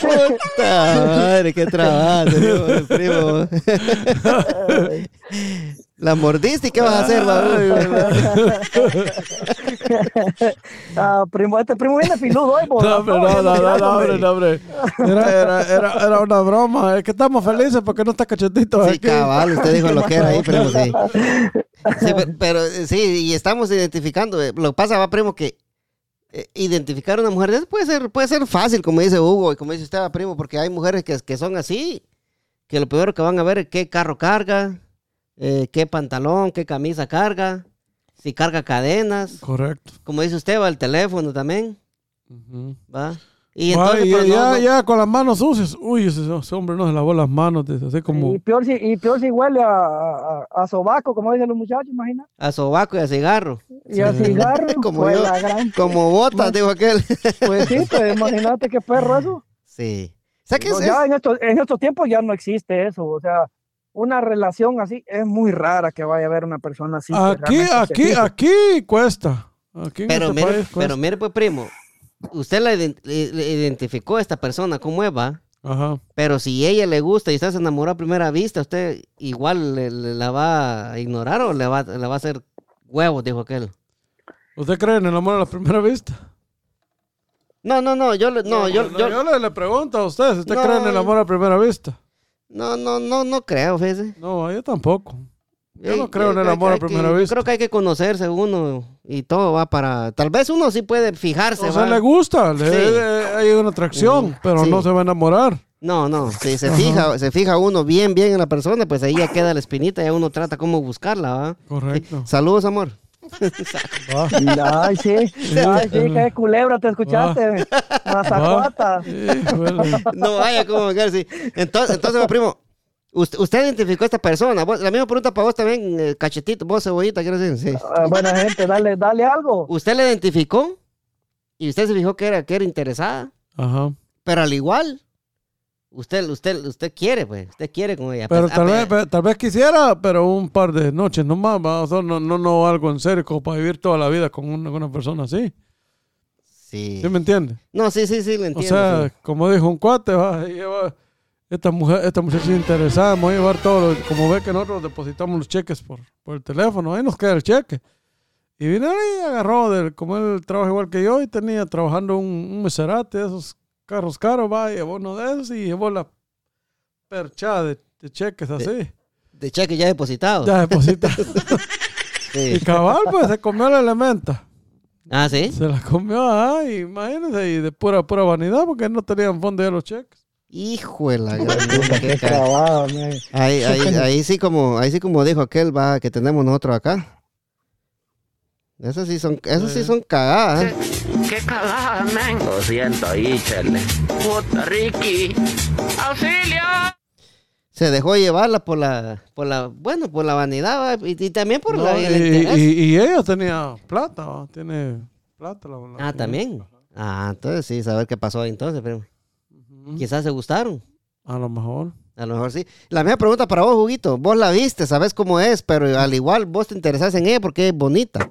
S2: Puta madre, qué trabajo, primo, primo. La mordiste y qué vas a hacer,
S1: Ay,
S2: babu?
S1: verdad.
S3: Ah, primo, este primo viene filudo eh. hoy, vos.
S1: No, hombre, no, no, no, no, hombre, no,
S3: no.
S1: hombre. Era, era, era, era una broma. Es que estamos felices porque no está cachetito
S2: Sí,
S1: aquí.
S2: cabal, usted dijo lo que era ahí, primo, sí. Sí, pero, pero, eh, sí, y estamos identificando. eh, Lo que pasa, va, primo, que eh, identificar a una mujer de esas puede ser, puede ser fácil, como dice Hugo y como dice usted, va, primo, porque hay mujeres que, que son así, que lo primero que van a ver es qué carro carga, eh, qué pantalón, qué camisa carga, si carga cadenas.
S1: Correcto.
S2: como dice usted, va el teléfono también,
S1: Ujú.
S2: va. Y entonces,
S1: Ay,
S2: pero
S1: ya,
S2: no-
S1: ya,
S2: no-
S1: ya con las manos sucias. Uy, ese, ese hombre no se lavó las manos, dice, así como...
S3: Y peor, si, y peor si huele a, a, a sobaco, como dicen los muchachos, imagina.
S2: a sobaco y a cigarro.
S3: Y a cigarro,
S2: Como
S3: pues,
S2: yo.
S3: la gran-
S2: Como botas, dijo aquel.
S3: pues sí, pues imagínate qué perro eso.
S2: sí. O sea que
S3: No,
S2: es-
S3: ya
S2: es-
S3: en estos, en estos tiempos ya no existe eso, o sea, una relación así es muy rara que vaya a haber una persona así. que
S1: aquí,
S3: realmente se
S1: aquí,
S3: fije.
S1: aquí cuesta. Aquí en
S2: pero,
S1: este
S2: mire,
S1: país cuesta.
S2: pero mire, pues, primo, usted la ident- le- le identificó a esta persona como Eva,
S1: Ajá.
S2: pero si ella le gusta y estás enamorado a primera vista, usted igual le- le- la va a ignorar o le va, le va a hacer huevos, dijo aquel.
S1: ¿Usted cree en el amor a la primera vista?
S2: No, no, no, yo, le- no, yo, yo,
S1: le, le pregunto a usted si usted
S2: No.
S1: cree en el amor a primera vista.
S2: no, no, no, no creo, fíjese.
S1: No, yo tampoco. Yo
S2: Ey,
S1: no creo en el
S2: hay-
S1: amor
S2: hay
S1: a primera
S2: que- yo
S1: vista.
S2: creo que hay que conocerse uno y todo va para. Tal vez uno sí puede fijarse.
S1: O sea,
S2: ¿va?
S1: le gusta, le,
S2: Sí.
S1: eh, hay una atracción,
S2: Ujú,
S1: pero
S2: sí.
S1: no se va a enamorar.
S2: No, no. Si se fija, se fija uno bien, bien en la persona, pues ahí ya queda la espinita y uno trata cómo buscarla. ¿va?
S1: Correcto.
S2: Saludos, amor.
S1: Va.
S3: Ay, sí.
S1: Ah.
S3: Ay, sí, qué culebra te escuchaste. Mazacuata.
S1: Híjole.
S2: No vaya como vengar, sí. Entonces, entonces, mi primo, usted, usted identificó a esta persona. Vos- la misma pregunta para vos también, eh, cachetito, vos cebollita, quiero decir. sí.
S3: Ah, buena gente, dale, dale algo.
S2: Usted la identificó y usted se fijó que era, que era interesada,
S1: Ajá.
S2: pero al igual, usted, usted, usted quiere, pues, usted quiere con ella.
S1: Pero
S2: Pues, ah,
S1: tal vez,
S2: pues,
S1: pe- tal vez quisiera, pero un par de noches nomás, ¿va? O sea, no, no, no algo en serio como para vivir toda la vida con una, con una persona así.
S2: Sí.
S1: ¿Sí me entiendes?
S2: No, sí, sí, sí, lo entiendo.
S1: O sea,
S2: sí.
S1: como dijo un cuate, va, ahí lleva- esta mujer, esta muchacha es interesada, me voy a llevar todo, lo- como ve que nosotros depositamos los cheques por, por el teléfono, ahí nos queda el cheque. Y vino ahí y agarró, del, como él trabaja igual que yo, y tenía trabajando un, un Maserati, esos carros caros, va, y llevó uno de esos y llevó la perchada de, de cheques así.
S2: De cheque ya depositado.
S1: Ya deposita.
S2: Sí.
S1: y cabal, pues, se comió la elementa.
S2: Ah, sí.
S1: Se la comió, ah, imagínense, y de pura, pura vanidad, porque no tenían fondo ya los cheques.
S2: Hijo de la gran puta, qué
S3: Qué
S2: ca-
S3: trabado, man.
S2: Ahí, ahí, ahí sí como, ahí sí como dijo aquel va que tenemos nosotros acá. Esas sí son, esas sí son cagadas. ¿eh?
S5: Qué cagada, man.
S7: Lo siento, íchale.
S5: Puta Ricky. Auxilio.
S2: Se dejó llevarla por la, por la, bueno, por la vanidad va, y, y también por
S1: No,
S2: la,
S1: y,
S2: el interés.
S1: y- y ella tenía plata, ¿va? tiene plata. La, la-
S2: ah, también. Ah, entonces sí, saber qué pasó ahí entonces, primo. Quizás se gustaron.
S1: A lo mejor.
S2: A lo mejor sí. La misma pregunta para vos, Juguito. Vos la viste, sabes cómo es, pero al igual vos te interesás en ella porque es bonita.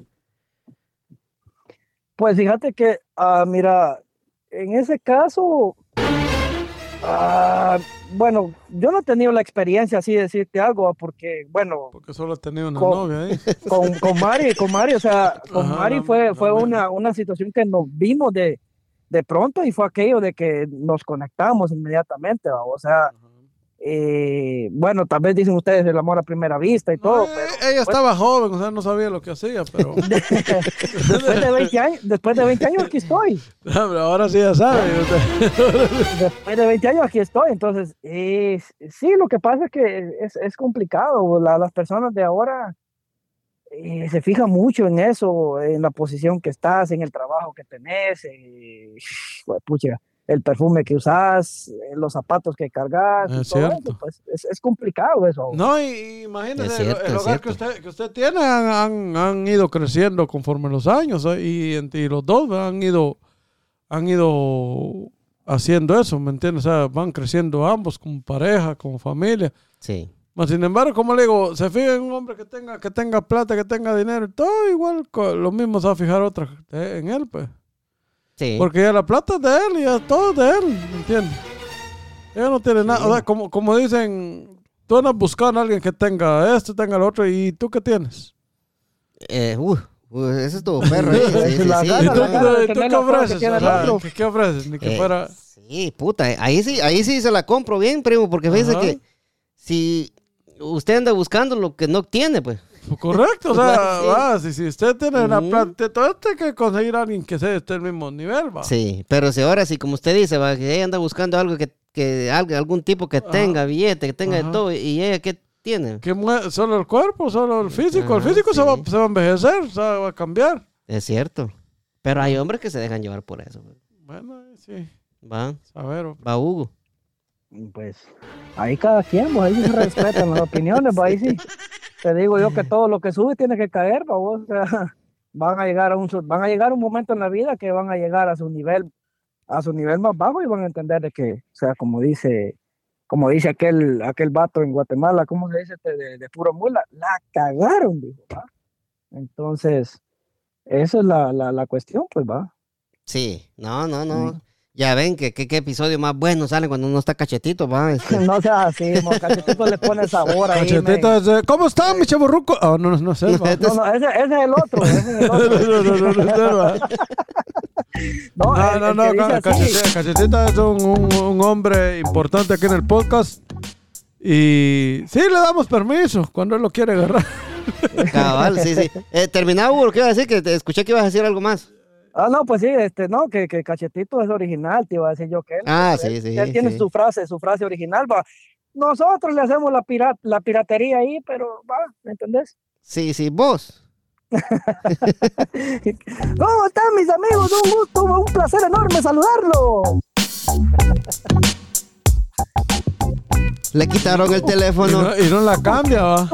S3: Pues fíjate que, ah, mira, en ese caso, ah, bueno, yo no he tenido la experiencia así de decirte algo, ah, porque, bueno,
S1: Porque solo tenía una
S3: Co-
S1: novia ¿eh? ahí.
S3: con, con Mari, con Mari, o sea, con
S1: Ajá,
S3: Mari
S1: la- la
S3: fue, fue
S1: Mari.
S3: una, una situación que nos vimos de, de pronto y fue aquello de que nos conectamos inmediatamente, ¿va? o sea, eh, bueno, tal vez dicen ustedes el amor a primera vista y todo,
S1: Eh,
S3: pero pues
S1: ella estaba joven, o sea, no sabía lo que hacía, pero,
S3: después de 20 años, después de 20 años aquí estoy.
S1: Ah, pero ahora sí ya sabe. o sea,
S3: después de 20 años aquí estoy. Entonces, eh, sí, lo que pasa es que es, es complicado. la- las personas de ahora eh, se fijan mucho en eso, en la posición que estás, en el trabajo que tenés, eh, juepucha, el perfume que usás, eh, los zapatos que cargas. y
S1: Es
S3: todo eso,
S1: cierto.
S3: pues, es, es complicado eso.
S1: No, y, y imagínese,
S2: Es
S1: el-
S2: cierto,
S1: el
S2: es
S1: hogar
S2: cierto.
S1: que usted, que usted tiene han, han- han ido creciendo conforme los años ¿eh? y, entre los dos ¿verdad? han ido, han ido haciendo eso, ¿me entiendes? O sea, van creciendo ambos como pareja, como familia.
S2: Sí.
S1: Mas, sin embargo, como le digo, se fija en un hombre que tenga, que tenga plata, que tenga dinero, y todo igual, co- lo mismo se va a fijar otra eh, en él, pues.
S2: Sí.
S1: Porque ya la plata es de él y ya todo es de él, ¿me entiendes? Ella no tiene nada, o sea, como, como dicen, tú andas buscando a alguien que tenga esto, tenga lo otro, y tú qué tienes.
S2: Eh, uh, uh, ese estuvo perro. ahí, Sí, sí,
S3: La
S2: sí.
S1: ¿Y
S3: gana,
S1: tú,
S3: la gana.
S2: no,
S3: de
S1: y tú
S3: tener
S1: qué
S3: la plata que
S1: ofreces?
S3: tiene
S1: O
S3: el
S1: sea,
S3: otro.
S1: ¿qué, qué ofreces? Ni que
S2: eh,
S1: fuera.
S2: Sí, puta. eh, Ahí sí, ahí sí se la compro bien, primo, porque fíjese
S1: Ajá.
S2: que si usted anda buscando lo que no tiene, pues.
S1: Correcto, o sea,
S2: Sí.
S1: va, si, si usted tiene la
S2: Ujú.
S1: plata, usted todo tiene que conseguir a alguien que sea esté al mismo nivel, va.
S2: Sí, pero si ahora sí, como usted dice, va, que ella anda buscando algo que, que algo- algún tipo que tenga billete, que tenga
S1: Ah. Ajá.
S2: de todo, y ella qué tiene.
S1: que mue- solo el cuerpo, solo el físico. el
S2: Ajá,
S1: físico se,
S2: sí.
S1: va, se va a envejecer, o sea, va a cambiar.
S2: Es cierto. Pero hay hombres que se dejan llevar por eso. pues.
S1: Bueno, ahí sí,
S2: Va,
S1: a ver.
S2: va Hugo.
S3: Pues ahí cada quien, vos, ahí sí se respetan las opiniones, vos, ahí sí. Te digo yo que todo lo que sube tiene que caer, pa' vos, o sea, van a llegar a un su- van a llegar un momento en la vida que van a llegar a su nivel a su nivel más bajo y van a entender de que, o sea, como dice como dice aquel aquel vato en Guatemala, ¿cómo se dice? Este De, de puro mula, la cagaron, dijo, ¿va? Entonces, esa es la, la, la cuestión, pues va.
S2: Sí, no, no, no. Ya ven que que- qué episodio más bueno sale cuando uno está cachetito, va. este.
S3: No sea así, mo, cachetito le pone sabor ahí. men.
S1: Cachetito, eh, ¿cómo está mi chaburruco? Ah, no, no, no sé. va.
S3: No, no, ese, ese es el otro, ese es el
S1: No,
S3: otro.
S1: no, no, no, no, no, va.
S3: No, el-
S1: no,
S3: el
S1: no,
S3: que
S1: ca-
S3: dice
S1: Cachetita,
S3: así.
S1: Cachetita es un, un- un hombre importante aquí en el podcast. Y sí, le damos permiso cuando él lo quiere agarrar.
S2: Cabal, sí, sí. Eh, terminaba, Hugo, ¿qué iba a decir? Que te escuché que ibas a decir algo más.
S3: Ah, no, pues sí, este, no, que, que Cachetito es original, te iba a decir yo que él.
S2: Ah, sí,
S3: él-
S2: sí.
S3: él tiene
S2: sí.
S3: su frase, su frase original, va. Nosotros le hacemos la, pira- la piratería ahí, pero va, ¿me entendés?
S2: Sí, sí, vos.
S3: ¿Cómo están mis amigos? Un gusto, un placer enorme saludarlo.
S2: Le quitaron el
S1: Y
S2: teléfono.
S1: no, y no la cambia, ¿va?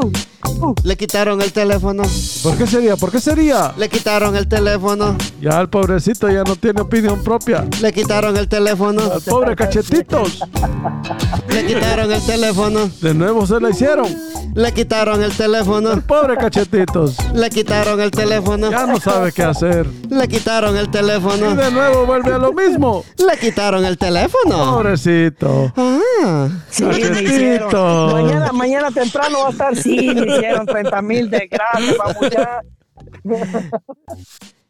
S2: Le quitaron el teléfono.
S1: ¿Por qué sería? ¿Por qué sería?
S2: Le quitaron el teléfono.
S1: Ya el pobrecito ya no tiene opinión propia.
S2: Le quitaron el teléfono.
S1: Al pobre cachetitos.
S2: Le quitaron el teléfono.
S1: De nuevo se la hicieron.
S2: Le quitaron el teléfono.
S1: Al pobre cachetitos.
S2: Le quitaron el teléfono.
S1: Ya no sabe qué hacer.
S2: Le quitaron el
S1: Y
S2: teléfono.
S1: de nuevo vuelve a lo mismo.
S2: Le quitaron el teléfono.
S1: Pobrecito.
S2: Ah.
S3: Sí, me hicieron.
S1: Cachetito.
S3: Mañana, mañana temprano va a estar, sí, me hicieron 30 mil de gracias, papuchá.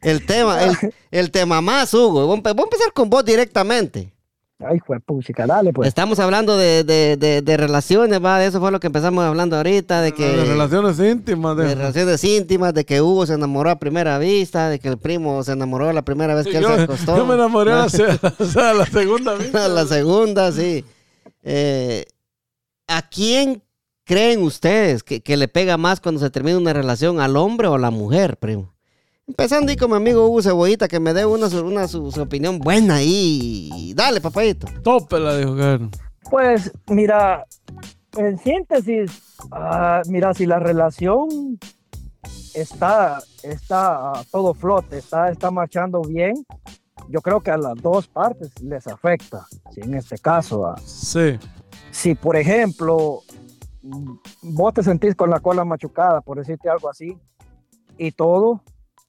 S2: El tema, el, el tema más, Hugo. Voy a empe- voy a empezar con vos directamente.
S3: Ay, fue puchica, dale pues.
S2: Estamos hablando de, de- de- de relaciones, va. De eso fue lo que empezamos hablando ahorita, de que...
S1: De relaciones íntimas.
S2: de
S1: De...
S2: relaciones íntimas, de que Hugo se enamoró a primera vista, de que el primo se enamoró la primera vez que él
S1: Yo,
S2: se acostó.
S1: yo me enamoré a la, se- o sea, a la segunda vez.
S2: A la segunda, sí. Eh, ¿A quién creen ustedes que, que le pega más cuando se termina una relación, al hombre o a la mujer, primo? Empezando ahí con mi amigo Hugo Cebollita, que me dé una, su- una su, su opinión buena ahí. Dale, papayito.
S1: Tope la dijo Karen.
S3: Pues mira, en síntesis, ah, mira, si la relación está, está a todo flote, está, está marchando bien, yo creo que a las dos partes les afecta. Si en este caso, ah,
S1: Sí.
S3: si por ejemplo mm, vos te sentís con la cola machucada, por decirte algo así, y todo,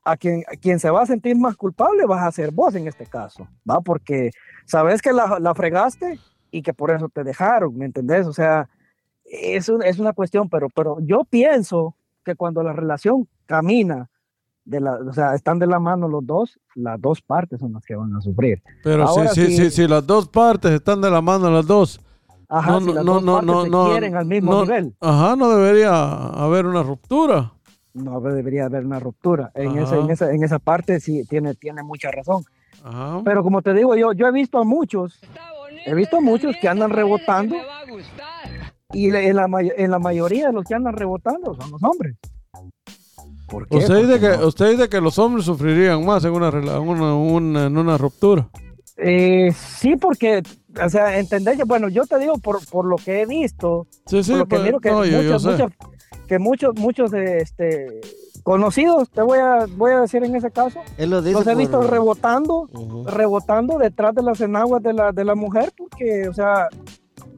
S3: a quien, a quien se va a sentir más culpable vas a ser vos en este caso, ¿va? Porque sabes que la, la fregaste y que por eso te dejaron, ¿me entendés? O sea, es, un- es una cuestión, pero, pero yo pienso que cuando la relación camina, de la, o sea, están de la mano los dos, las dos partes son las que van a sufrir.
S1: Pero si,
S3: Ahora
S1: si,
S3: sí.
S1: si- si las dos partes están de la mano, las dos.
S3: Ajá,
S1: No,
S3: si
S1: no,
S3: las
S1: no,
S3: dos
S1: no,
S3: partes
S1: no,
S3: se
S1: no,
S3: quieren al mismo
S1: no.
S3: nivel.
S1: Ajá, no debería haber una ruptura.
S3: no debería haber una ruptura. En,
S1: Ajá.
S3: esa, en, esa, en esa parte sí tiene, tiene mucha razón.
S1: Ajá.
S3: Pero como te digo yo, yo he visto a muchos He visto a muchos que andan rebotando. y le- en la, may- en la mayoría de los que andan rebotando son los hombres. ¿Por qué?
S1: Usted
S3: Porque
S1: dice, que,
S3: no-
S1: usted dice que los hombres sufrirían más en una, rela- una- una- en una ruptura.
S3: Eh, sí, porque, o sea, entender que, bueno, yo te digo por, por lo que he visto,
S1: Sí, sí,
S3: por lo que
S1: pues,
S3: miro que
S1: no, yo, yo
S3: muchos,
S1: sé.
S3: muchos- que muchos, muchos de este, conocidos, te voy a, voy a decir en ese caso,
S2: Él lo dice.
S3: los he
S2: por-
S3: visto rebotando
S2: Ujú.
S3: rebotando detrás de las enaguas de la, de la mujer porque, o sea,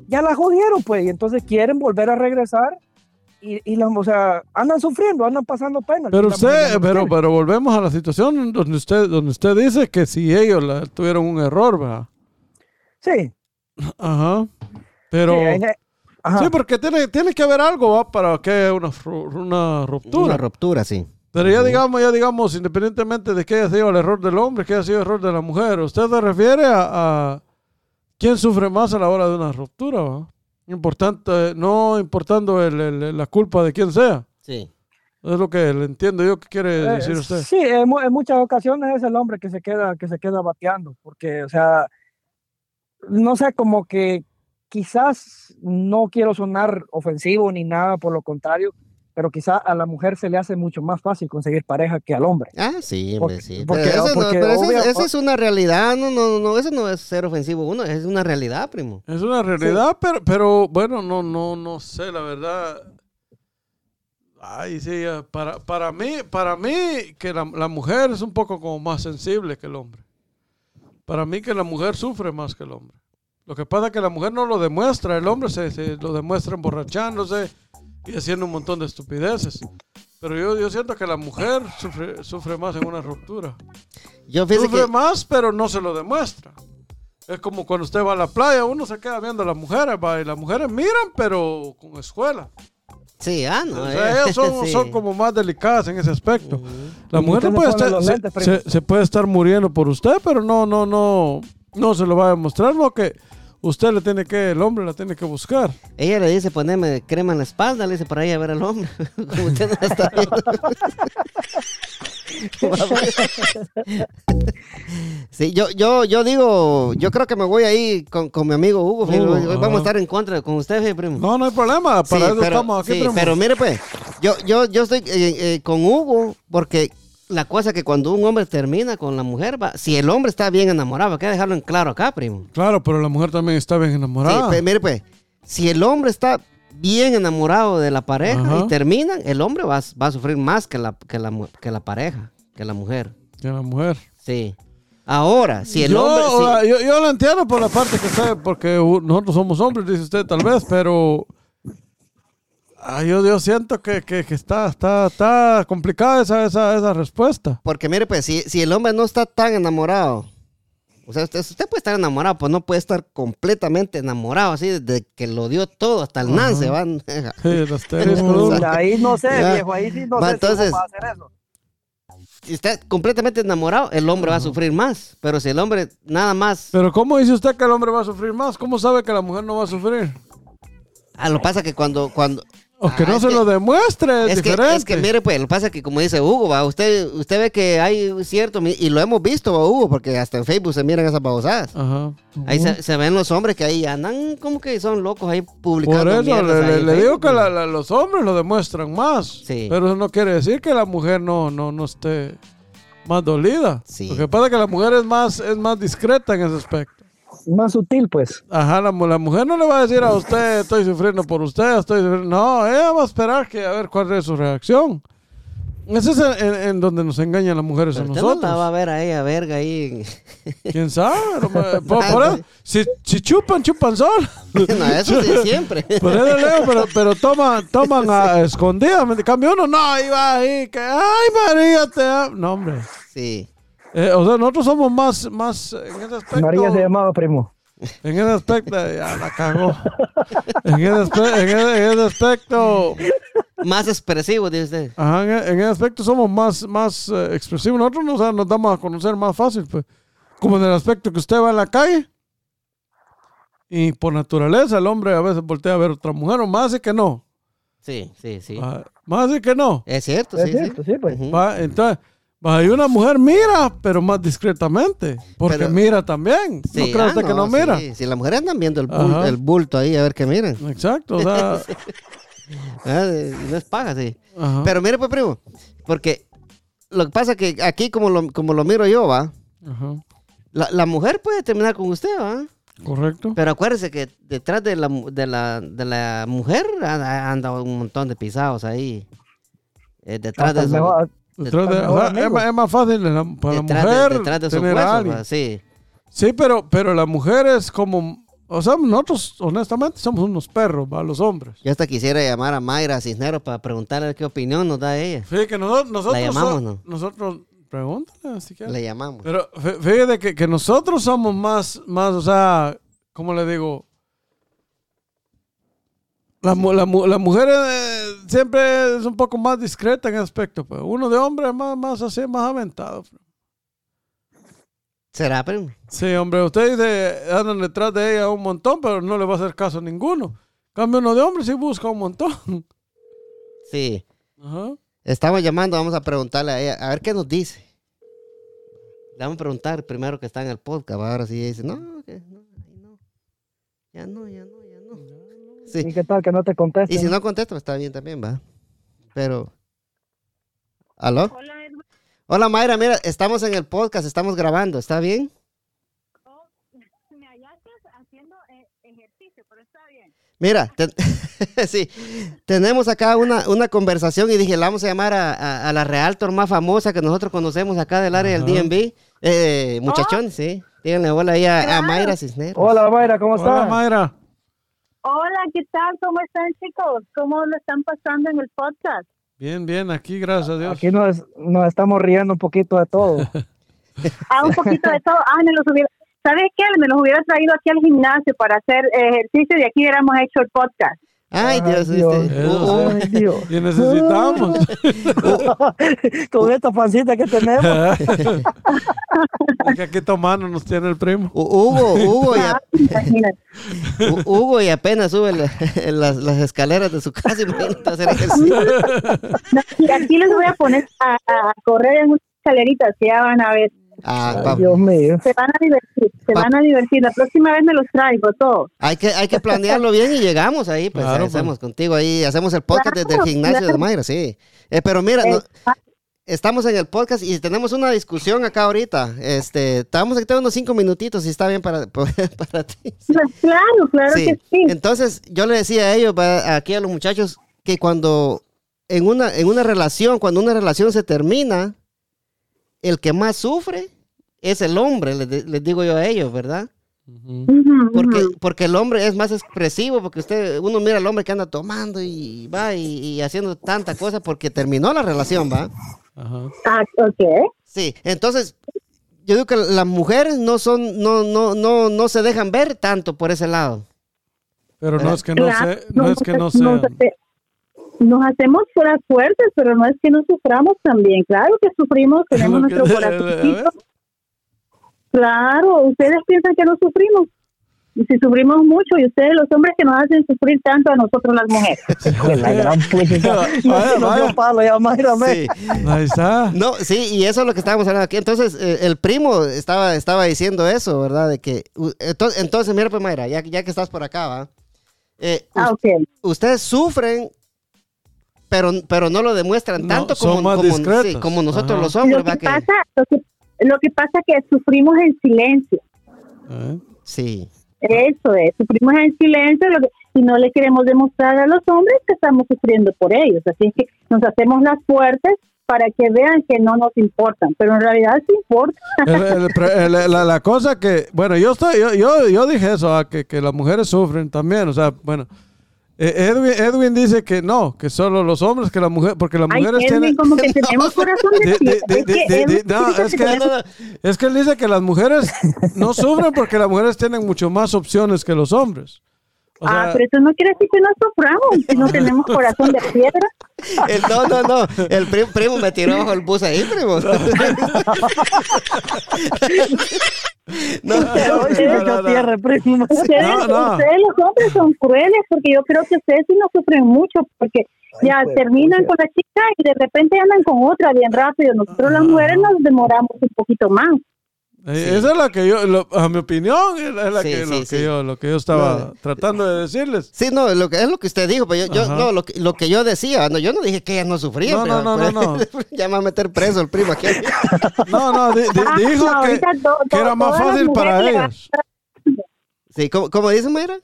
S3: ya la jodieron, pues, y entonces quieren volver a regresar y, y las, o sea, andan sufriendo, andan pasando pena.
S1: Pero
S3: La mujer ya
S1: usted,
S3: no
S1: pero,
S3: quiere.
S1: pero volvemos a la situación donde usted, donde usted dice que si ellos la- tuvieron un error, ¿verdad?
S3: Sí,
S1: Ajá. Pero.
S3: sí, en- ajá.
S1: Sí, porque tiene, tiene que haber algo ¿va? para que haya una, fru- una ruptura.
S2: Una ruptura, sí.
S1: Pero ya digamos, ya digamos, independientemente de que haya sido el error del hombre, que haya sido el error de la mujer, ¿usted se refiere a, a quién sufre más a la hora de una ruptura? va? Importante, no importando el- el- la culpa de quien sea.
S2: Sí.
S1: Es lo que le entiendo yo que quiere
S3: Eh,
S1: decir usted.
S3: Sí, en, mu- en muchas ocasiones es el hombre que se queda, que se queda bateando, porque, o sea, no sé, como que quizás no quiero sonar ofensivo ni nada, por lo contrario, pero quizás a la mujer se le hace mucho más fácil conseguir pareja que al hombre.
S2: Ah, sí,
S3: Porque-
S2: hombre, sí.
S3: porque-
S2: pero eso, no-
S3: porque
S2: pero eso-
S3: obvia-
S2: eso es una realidad, no, no, no, eso no es ser ofensivo uno, es una realidad, primo.
S1: Es una realidad, pero, pero bueno, no, no, no sé, la verdad. Ay, sí, ya, para, para mí, para mí que la, la mujer es un poco como más sensible que el hombre. Para mí que la mujer sufre más que el hombre. Lo que pasa es que la mujer no lo demuestra, el hombre se, se lo demuestra emborrachándose y haciendo un montón de estupideces. Pero yo, yo siento que la mujer sufre, sufre más en una ruptura.
S2: Yo fíjese
S1: Sufre
S2: que,
S1: más, pero no se lo demuestra. Es como cuando usted va a la playa, uno se queda viendo a las mujeres, va, y las mujeres miran, pero con escuela.
S2: sí, ah, no.
S1: O
S2: eh,
S1: sea, ellas son,
S2: sí.
S1: son como más delicadas en ese aspecto. La
S3: Y
S1: mujer
S3: usted
S1: no puede
S3: se pone
S1: estar,
S3: los
S1: se,
S3: lentes, primo.
S1: se- se puede estar muriendo por usted, pero no, no, no, no se lo va a demostrar, no que usted le tiene que, el hombre la tiene que buscar.
S2: Ella le dice poneme crema en la espalda, le dice para ir a ver al hombre. Como usted no está viendo. sí, yo, yo, yo digo, yo creo que me voy ahí con, con mi amigo Hugo. fíjate,
S1: Hugo,
S2: hoy
S1: Uh, ajá.
S2: vamos a estar en contra con usted, fíjate, primo.
S1: No, no hay problema, para
S2: Sí,
S1: eso
S2: pero,
S1: estamos aquí.
S2: sí,
S1: primo.
S2: pero mire pues, Yo, yo, yo estoy eh, eh, con Hugo porque la cosa que cuando un hombre termina con la mujer, va, si el hombre está bien enamorado, hay que dejarlo en claro acá, primo.
S1: Claro, pero la mujer también está bien
S2: Sí,
S1: enamorada.
S2: pues, mire, pues, si el hombre está bien enamorado de la pareja
S1: Ajá.
S2: y terminan, el hombre va, a- va a sufrir más que la, que, la, mu- que la pareja, que la mujer.
S1: Que la mujer.
S2: Sí. Ahora, si el
S1: yo,
S2: hombre. si-
S1: ah, yo, yo lo entiendo por la parte que está, porque u- nosotros somos hombres, dice usted tal vez, pero ah, yo, yo siento que, que- que está, está, está complicada esa, esa, esa respuesta.
S2: Porque mire, pues, si, si el hombre no está tan enamorado, o sea, usted, usted puede estar enamorado, pues no puede estar completamente enamorado, así, desde que lo dio todo hasta el nance, van.
S1: Sí, las teorías,
S2: Exacto.
S1: pero-
S3: Ahí no sé,
S2: Ya.
S3: viejo, ahí sí no
S2: Va,
S3: sé
S2: entonces-
S3: si va a hacer eso.
S2: Si está completamente enamorado, el hombre va a sufrir más. Pero si el hombre nada más.
S1: Pero ¿cómo dice usted que el hombre va a sufrir más? ¿Cómo sabe que la mujer no va a sufrir?
S2: Ah, lo pasa que cuando. cuando
S1: O que
S2: Ah,
S1: no
S2: es
S1: se
S2: que-
S1: lo demuestre, es,
S2: Es que,
S1: diferente.
S2: es que mire, pues, lo pasa que como dice Hugo, va, usted, usted ve que hay cierto, mi- y lo hemos visto, va, Hugo, porque hasta en Facebook se miran esas babosadas.
S1: Ajá.
S2: Ahí se, se ven los hombres que ahí andan como que son locos ahí publicando.
S1: Por eso
S2: mierdas
S1: le,
S2: ahí
S1: le-
S2: en
S1: le digo
S2: Facebook,
S1: que
S2: ¿no?
S1: la- la- los hombres lo demuestran más.
S2: Sí.
S1: Pero eso no quiere decir que la mujer no, no, no esté más dolida.
S2: Sí.
S1: Lo que pasa es que la mujer es más, es más discreta en ese aspecto.
S3: Más sutil, pues.
S1: Ajá, la, mu- la mujer no le va a decir a usted, estoy sufriendo por usted, estoy sufriendo. No, ella va a esperar que a ver cuál es su reacción. Ese es en, en- en donde nos engañan las mujeres
S2: Pero
S1: a
S2: usted no
S1: nosotros.
S2: la va a ver ahí a verga ahí.
S1: ¿Quién sabe? No me- por- por eso, si, si chupan, chupan sol.
S2: no, eso sí, siempre.
S1: Por eso Pues leo, pero, pero toman, toman a escondidas. En cambio uno, no, ahí va, ahí, que, ay María, te amo. No, hombre.
S2: Sí.
S1: Eh, o sea, nosotros somos más, más eh, en ese aspecto.
S3: María se llamaba primo.
S1: En ese aspecto, ya la cagó. En ese, aspe- en ese- en ese aspecto,
S2: Más expresivo, dice usted.
S1: ajá, en, e- en ese aspecto somos más, más eh, expresivos. Nosotros o sea, nos damos a conocer más fácil, pues. Como en el aspecto que usted va en la calle. Y por naturaleza, el hombre a veces voltea a ver otra mujer, o más es que no.
S2: Sí, sí, sí.
S1: Ah, Más es que no.
S2: Es cierto,
S3: Es
S2: sí,
S3: cierto, sí, pues.
S2: Ujú.
S1: Va, entonces, va, hay una mujer mira, pero más discretamente. Porque
S2: Pero-
S1: mira también.
S2: Sí,
S1: no
S2: ah,
S1: creas usted que no
S2: sí.
S1: mira.
S2: Si las mujeres andan viendo el bulto,
S1: Ajá.
S2: el bulto ahí, a ver qué miran.
S1: Exacto. O sea,
S2: Ah, eh, No es paja, sí.
S1: ajá,
S2: Pero mire, pues, primo, porque lo que pasa que aquí, como lo, como lo miro yo, va,
S1: ajá,
S2: la, la mujer puede terminar con usted, va.
S1: correcto.
S2: Pero acuérdese que detrás de la, mu- de la, de la mujer anda, anda un montón de pisados ahí. Eh, detrás de
S3: Hasta el
S2: su-
S3: Ah, pues, mejor-
S1: Detrás de-
S3: mejor
S1: o sea,
S3: amigo.
S1: es, más- es más fácil en la- para la
S2: detrás de-
S1: mujer
S2: detrás de su
S1: tener a
S2: hueso,
S1: alguien.
S2: va, sí.
S1: Sí, pero, pero la mujer es como... O sea, nosotros honestamente somos unos perros, va, los hombres.
S2: Yo hasta quisiera llamar a Mayra Cisneros para preguntarle qué opinión nos da ella.
S1: Fíjate que nosotros... nosotros
S2: llamamos,
S1: so-
S2: ¿no?
S1: Nosotros... Pregúntale, si quieres.
S2: Le llamamos.
S1: Pero fí- fíjate que, que nosotros somos más, más, o sea, ¿cómo le digo? La, mu- la, mu- la mujer eh, siempre es un poco más discreta en ese aspecto. Pues. Uno de hombre es más, más así, más aventado. pues.
S2: ¿Será, primo?
S1: Sí, hombre, ustedes eh, andan detrás de ella un montón, pero no le va a hacer caso a ninguno. En Cambio uno de hombre sí busca un montón.
S2: Sí.
S1: Ajá.
S2: Estamos llamando, vamos a preguntarle a ella, a ver qué nos dice. Le vamos a preguntar primero que está en el podcast, va, ahora sí ella dice, no, que no, ay, no. Ya no, ya no, ya no. Sí.
S3: ¿Y qué tal que no te conteste?
S2: Y si no contesta, pues, está bien también, va. Pero. ¿Aló? Hola, Mayra, mira, estamos en el podcast, estamos grabando, ¿está bien? eh, Mira, ten- sí, tenemos acá una, una conversación y dije, la vamos a llamar a, a- a la realtor más famosa que nosotros conocemos acá del área
S1: Ajá.
S2: del DNB. Eh, muchachones, sí. Díganle hola ahí a, a Mayra Cisneros.
S3: Hola, Mayra, ¿cómo
S1: Hola,
S3: estás?
S1: Mayra.
S7: Hola, ¿qué tal? ¿Cómo están, chicos? ¿Cómo lo están pasando en el podcast?
S1: Bien, bien, aquí, gracias a Dios.
S3: Aquí nos, nos estamos riendo un poquito de todo.
S7: Ah, un poquito de todo. Ah, me los hubiera... ¿Sabes qué? Me los hubiera traído aquí al gimnasio para hacer ejercicio y aquí hubiéramos hecho el podcast.
S2: Ay, Dios, este,
S3: Ay, Dios.
S2: ¿viste?
S1: Eso
S2: Hubo-
S1: sí.
S3: Ay, Oh, Dios.
S1: Y necesitamos.
S3: Con esta pancita que tenemos.
S1: Es que aquí tomando nos tiene el primo.
S2: Hu- Hugo, Hugo, y a-
S7: Imagínate.
S2: Hu- Hugo y apenas sube la- las, las escaleras de su casa y imagínate hacer ejercicio.
S7: No, y aquí les voy a poner a, a correr en unas escaleritas, ya van a ver.
S2: Ah,
S3: Ay,
S2: pa-
S3: Dios mío.
S7: Se van a divertir, se
S2: Pa-
S7: van a divertir. La próxima vez me los traigo todos.
S2: hay, que, hay que planearlo bien y llegamos ahí, pues
S1: Claro, pues.
S2: hacemos contigo ahí, hacemos el podcast
S7: Claro,
S2: desde el gimnasio de
S7: claro.
S2: Mayra, sí. Eh, pero mira, no-
S7: Exacto.
S2: estamos en el podcast y tenemos una discusión acá ahorita. Este, estamos aquí unos cinco minutitos, si está bien para, pues, para ti.
S7: Claro, claro
S2: Sí.
S7: que sí.
S2: Entonces, yo le decía a ellos, va, aquí a los muchachos, que cuando en una, en una relación, cuando una relación se termina, el que más sufre es el hombre, les, de- les digo yo a ellos, ¿verdad?
S7: Ujú,
S2: Porque,
S7: ujú.
S2: porque el hombre es más expresivo, porque usted, uno mira al hombre que anda tomando y va y, y haciendo tanta cosa porque terminó la relación, ¿va?
S1: Ajá.
S7: Ah, ok.
S2: Sí, entonces, yo digo que las mujeres no son, no, no, no, no se dejan ver tanto por ese lado.
S1: Pero no es que no
S7: Claro,
S1: sé, no es que no
S7: nos
S1: sean.
S7: hace- Nos hacemos fuera fuertes, pero no es que no suframos también. Claro que sufrimos, tenemos
S1: Lo que-
S7: nuestro
S1: a ver.
S7: corazoncito. Claro, ustedes piensan que no sufrimos. Y si sufrimos mucho, y ustedes los hombres que nos hacen sufrir tanto a nosotros las mujeres.
S3: Hijo de la gran puta.
S1: Vaya,
S3: No, no
S1: vaya.
S3: dio palo ya, Mayra, me.
S2: Sí.
S1: Ahí está.
S2: No, sí, y eso es lo que estábamos hablando aquí. Entonces, eh, el primo estaba, estaba diciendo eso, ¿verdad? De que, u- ento- entonces, mira, pues, Mayra, ya, ya que estás por acá, ¿va? Eh, u-
S7: Ah, ok.
S2: ustedes sufren, pero, pero no lo demuestran
S1: No,
S2: tanto
S1: son
S2: como,
S1: más
S2: como- sí,
S1: discretos.
S2: como nosotros
S1: Ajá.
S2: los
S7: Lo
S2: hombres,
S7: que,
S2: ¿va? Que-
S7: pasa, lo, que, lo que pasa es que sufrimos en silencio.
S1: Eh,
S2: Sí.
S7: Eso es, sufrimos en silencio lo que- y no le queremos demostrar a los hombres que estamos sufriendo por ellos. Así es que nos hacemos las fuertes para que vean que no nos importan, pero en realidad sí importa.
S1: el- el pre- el- la, la cosa que, bueno, yo estoy, yo, yo, yo dije eso, ah, que, que las mujeres sufren también, o sea, bueno, eh, Edwin, Edwin dice que no, que solo los hombres, que las mujeres, porque las
S7: Ay,
S1: mujeres
S7: Edwin,
S1: tienen...
S7: como que tenemos corazón
S1: De- de-
S7: de, piedra.
S1: de-
S7: Es que
S1: de- de-
S7: Edwin
S1: de- no,
S7: dice
S1: es
S7: que
S1: que-
S7: tenemos-
S1: Es que él dice que las mujeres no sufren porque las mujeres tienen mucho más opciones que los hombres. O
S7: Ah,
S1: sea,
S7: pero eso no quiere decir que no suframos, que no tenemos corazón de piedra.
S2: El- no, no, no. El pri- primo me tiró bajo el bus ahí, primo. No,
S3: Pero hoy sí
S1: No,
S3: me
S1: no,
S3: echó
S1: no.
S3: tierra, primo.
S7: Ustedes,
S1: No, no.
S7: ustedes los hombres son crueles porque yo creo que ustedes sí no sufren mucho porque ya
S1: pues,
S3: hijo de
S7: terminan con
S3: pucha.
S7: la chica y de repente andan con otra bien rápido. Nosotros
S1: Ah.
S7: las mujeres nos demoramos un poquito más.
S1: eh, esa es la que yo, lo- a mi opinión, es la es la
S2: Sí,
S1: que,
S2: sí,
S1: lo, que
S2: sí.
S1: Yo, lo que yo estaba
S2: No.
S1: tratando de decirles.
S2: Sí, no, lo que, es lo que usted dijo, pero yo, yo-
S1: Ajá.
S2: no, lo, que- lo que yo decía, no, yo no dije que ella no sufría.
S1: No,
S2: pero-
S1: no, no, no,
S2: pero- ya me va a meter preso el primo aquí.
S1: No, no, di- di-
S7: Ah,
S1: dijo
S7: no,
S1: que,
S7: ahorita to-
S1: que
S7: to-
S1: era más
S7: todas las
S1: fácil para
S7: mujeres le van-
S1: ellos.
S2: Sí, ¿cómo, cómo dice Mayra?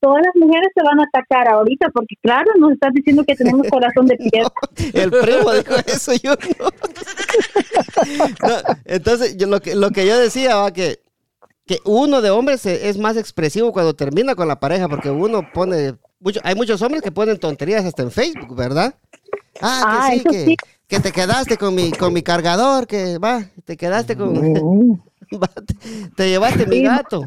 S7: Todas las mujeres se van a atacar ahorita porque, claro, nos estás diciendo que tenemos corazón de piedra.
S2: El primo dijo eso, yo no. No, entonces, yo, lo, que, lo que yo decía va que, que uno de hombres se- es más expresivo cuando termina con la pareja, porque uno pone. Mucho, hay muchos hombres que ponen tonterías hasta en Facebook, ¿verdad? Ah,
S7: Ah,
S2: que sí,
S7: eso
S2: que,
S7: sí.
S2: que te quedaste con mi, con mi cargador, que va, te quedaste con.
S3: Mm,
S2: Va, te, te llevaste mi gato.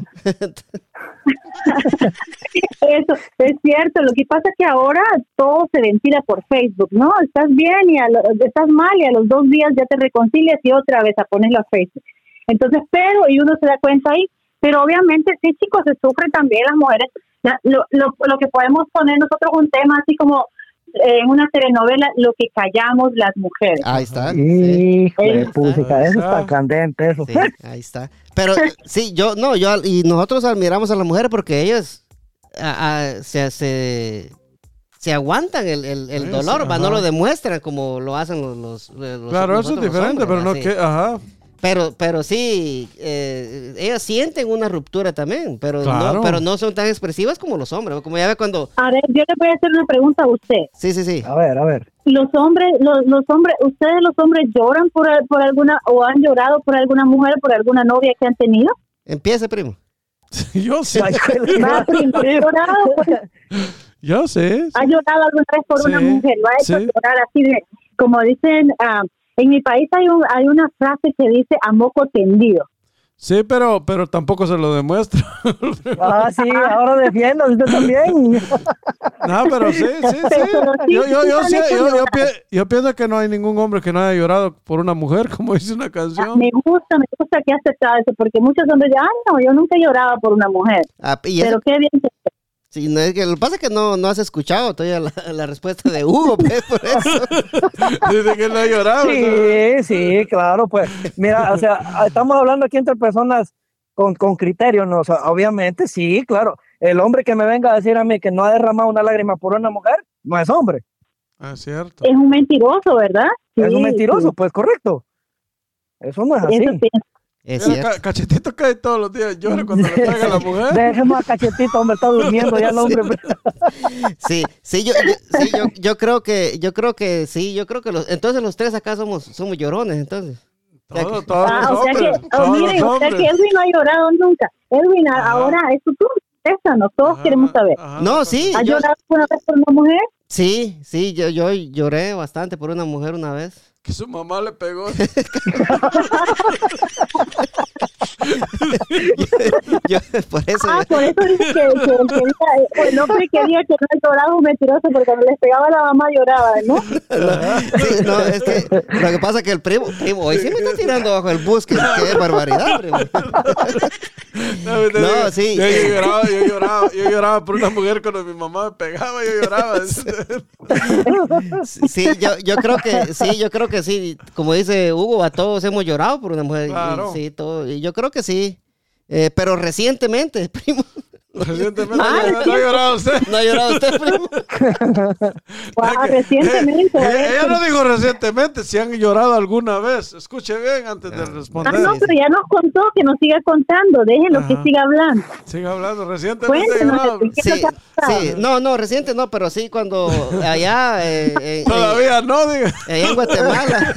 S7: Eso es cierto. Lo que pasa es que ahora todo se ventila por Facebook, ¿no? Estás bien y a lo- estás mal y a los dos días ya te reconcilias y otra vez a ponerlo a Facebook. Entonces, pero, y uno se da cuenta ahí, pero obviamente sí, chicos, se sufren también las mujeres. La- lo, lo, lo que podemos poner nosotros un tema así como eh, en una telenovela, lo que callamos las mujeres.
S2: Ahí está. Ah, sí,
S3: Hijo
S7: Ahí
S3: de
S2: está.
S3: puta, eso
S1: Ahí está.
S3: está candente, eso.
S2: sí, ahí está. Pero sí, yo, no, yo, al- y nosotros admiramos a las mujeres porque ellas ah, ah, se, se, se aguantan el, el- el
S1: Sí,
S2: dolor,
S1: sí,
S2: va, no
S1: ajá.
S2: lo demuestran como lo hacen los. los- los-
S1: Claro, eso es
S2: nosotros los
S1: diferente,
S2: hombres,
S1: pero no
S2: ¿verdad?
S1: que,
S2: Sí.
S1: ajá.
S2: Pero, pero sí, eh, ellas sienten una ruptura también, pero,
S1: Claro.
S2: no, pero no son tan expresivas como los hombres. Como ya ve cuando.
S7: A ver, yo le voy a hacer una pregunta a usted.
S2: Sí, sí, sí.
S3: A ver, a ver.
S7: los hombres, los, los hombres, ustedes los hombres lloran por, por alguna o han llorado por alguna mujer, por alguna novia que han tenido.
S2: Empiece, primo.
S1: Yo sí,
S3: Ay, hijo de
S7: Va,
S3: la
S7: primo, ¿Ha llorado, por-
S1: yo sí.
S7: ha llorado alguna vez por una
S1: Sí,
S7: mujer? ¿Lo ha hecho
S1: sí.
S7: llorar así de, como dicen, ah, en mi país hay, un, hay una frase que dice a moco tendido.
S1: Sí, pero, pero tampoco se lo demuestro.
S3: Ah, sí, ahora defiendo, usted también.
S1: No, pero sí, sí, sí.
S7: Pero, pero sí,
S1: Yo, yo,
S7: sí
S1: yo,
S7: te han
S1: sí,
S7: hecho
S1: yo, yo
S7: llorar.
S1: pie- yo pienso que no hay ningún hombre que no haya llorado por una mujer, como dice una
S7: Ah,
S1: canción.
S7: Me gusta, me gusta que ha aceptado eso, porque muchos hombres dicen, ah, no, yo nunca he llorado por una mujer.
S2: Ah, y eso-
S7: Pero qué bien que
S2: Sí, no, es que lo que pasa es que no, no has escuchado todavía la, la respuesta de Hugo, pues, por eso.
S1: Dice que no ha
S3: Ah, pues,
S1: llorado.
S3: Sí, sí, claro, pues. Mira, o sea, estamos hablando aquí entre personas con, con criterio, ¿no? O sea, obviamente, sí, claro. El hombre que me venga a decir a mí que no ha derramado una lágrima por una mujer, no es hombre.
S1: Ah, es cierto.
S7: Es un mentiroso, ¿verdad?
S3: es un
S7: Sí,
S3: mentiroso,
S7: sí.
S3: pues correcto. Eso no es así.
S7: Eso sí.
S2: Es
S1: Mira,
S2: cierto.
S1: ca- Cachetito cae todos los días. Llora cuando le pega a la
S3: ¿Eh?
S1: mujer.
S3: Dejemos a cachetito, hombre, está durmiendo ya el hombre.
S2: Sí, sí, yo, yo- sí, yo, yo creo que, yo creo que sí, yo creo que los, entonces los tres acá somos, somos llorones, entonces.
S1: Todo, todos
S7: Ah,
S1: los
S7: o sea que,
S1: hombres.
S7: oh,
S1: todos
S7: miren,
S1: los
S7: o sea que
S1: hombres.
S7: Edwin no ha llorado nunca. Edwin, a-
S1: Ajá.
S7: ahora es tu turno. Contéstanos, todos
S1: Ajá,
S7: queremos saber.
S1: ajá.
S2: No, sí,
S7: ¿Ha
S2: yo,
S7: llorado alguna vez por una mujer?
S2: sí, sí, yo, yo lloré bastante por una mujer una vez.
S1: Que su mamá le pegó.
S2: Yo, por eso,
S7: Ah, por eso dice que, que el, que diga- eh, el hombre que diga que no ha llorado es un mentiroso, porque cuando les pegaba la mamá lloraba, ¿no?
S2: no, sí, no, es que lo que pasa es que el primo, primo, hoy sí me está tirando bajo el bus, que, que es barbaridad, primo.
S1: No, te
S2: No,
S1: digo,
S2: sí.
S1: Yo, yo lloraba, yo lloraba, yo lloraba por una mujer cuando mi mamá me pegaba, yo lloraba.
S2: Sí, yo, yo creo que sí, yo creo que sí. Como dice Hugo, a todos hemos llorado por una mujer. y
S1: Claro.
S2: Sí, todo, y yo creo que sí. Eh, pero recientemente, primo.
S1: Recientemente no, no lloraba usted.
S2: ¿No ha llorado usted, primo?
S7: Ah,
S1: Que-
S7: recientemente. ¿eh?
S1: Ella, ella no dijo recientemente, si han llorado alguna vez. Escuche bien antes de
S7: Ah,
S1: responder.
S7: no, pero ya nos contó que nos siga contando, déjenlo que
S1: Ajá.
S7: siga hablando.
S1: Siga hablando, recientemente
S7: Cuéntenos,
S1: lloraba.
S7: ¿qué
S2: Sí,
S7: nos ha pasado?
S2: sí. No, no, reciente no, pero sí cuando allá, eh, eh, eh,
S1: Todavía no, diga.
S2: allá en Guatemala,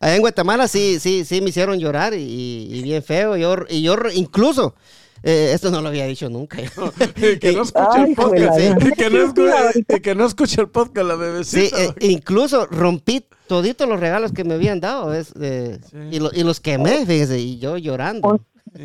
S2: allá en Guatemala sí, sí, sí me hicieron llorar y, y bien feo. Yo, y yo re- incluso, eh, esto no lo había dicho nunca. Eh,
S1: Y que no escuche
S3: Ay,
S1: el
S3: hijo de la
S1: podcast.
S3: gran-
S1: Y que no escuche, y que no escuche el podcast, la
S2: Sí,
S1: bebecita.
S2: eh, incluso rompí toditos los regalos que me habían dado es, eh,
S1: Sí.
S2: y, lo- y los
S7: Oh.
S2: quemé, fíjese, y yo llorando.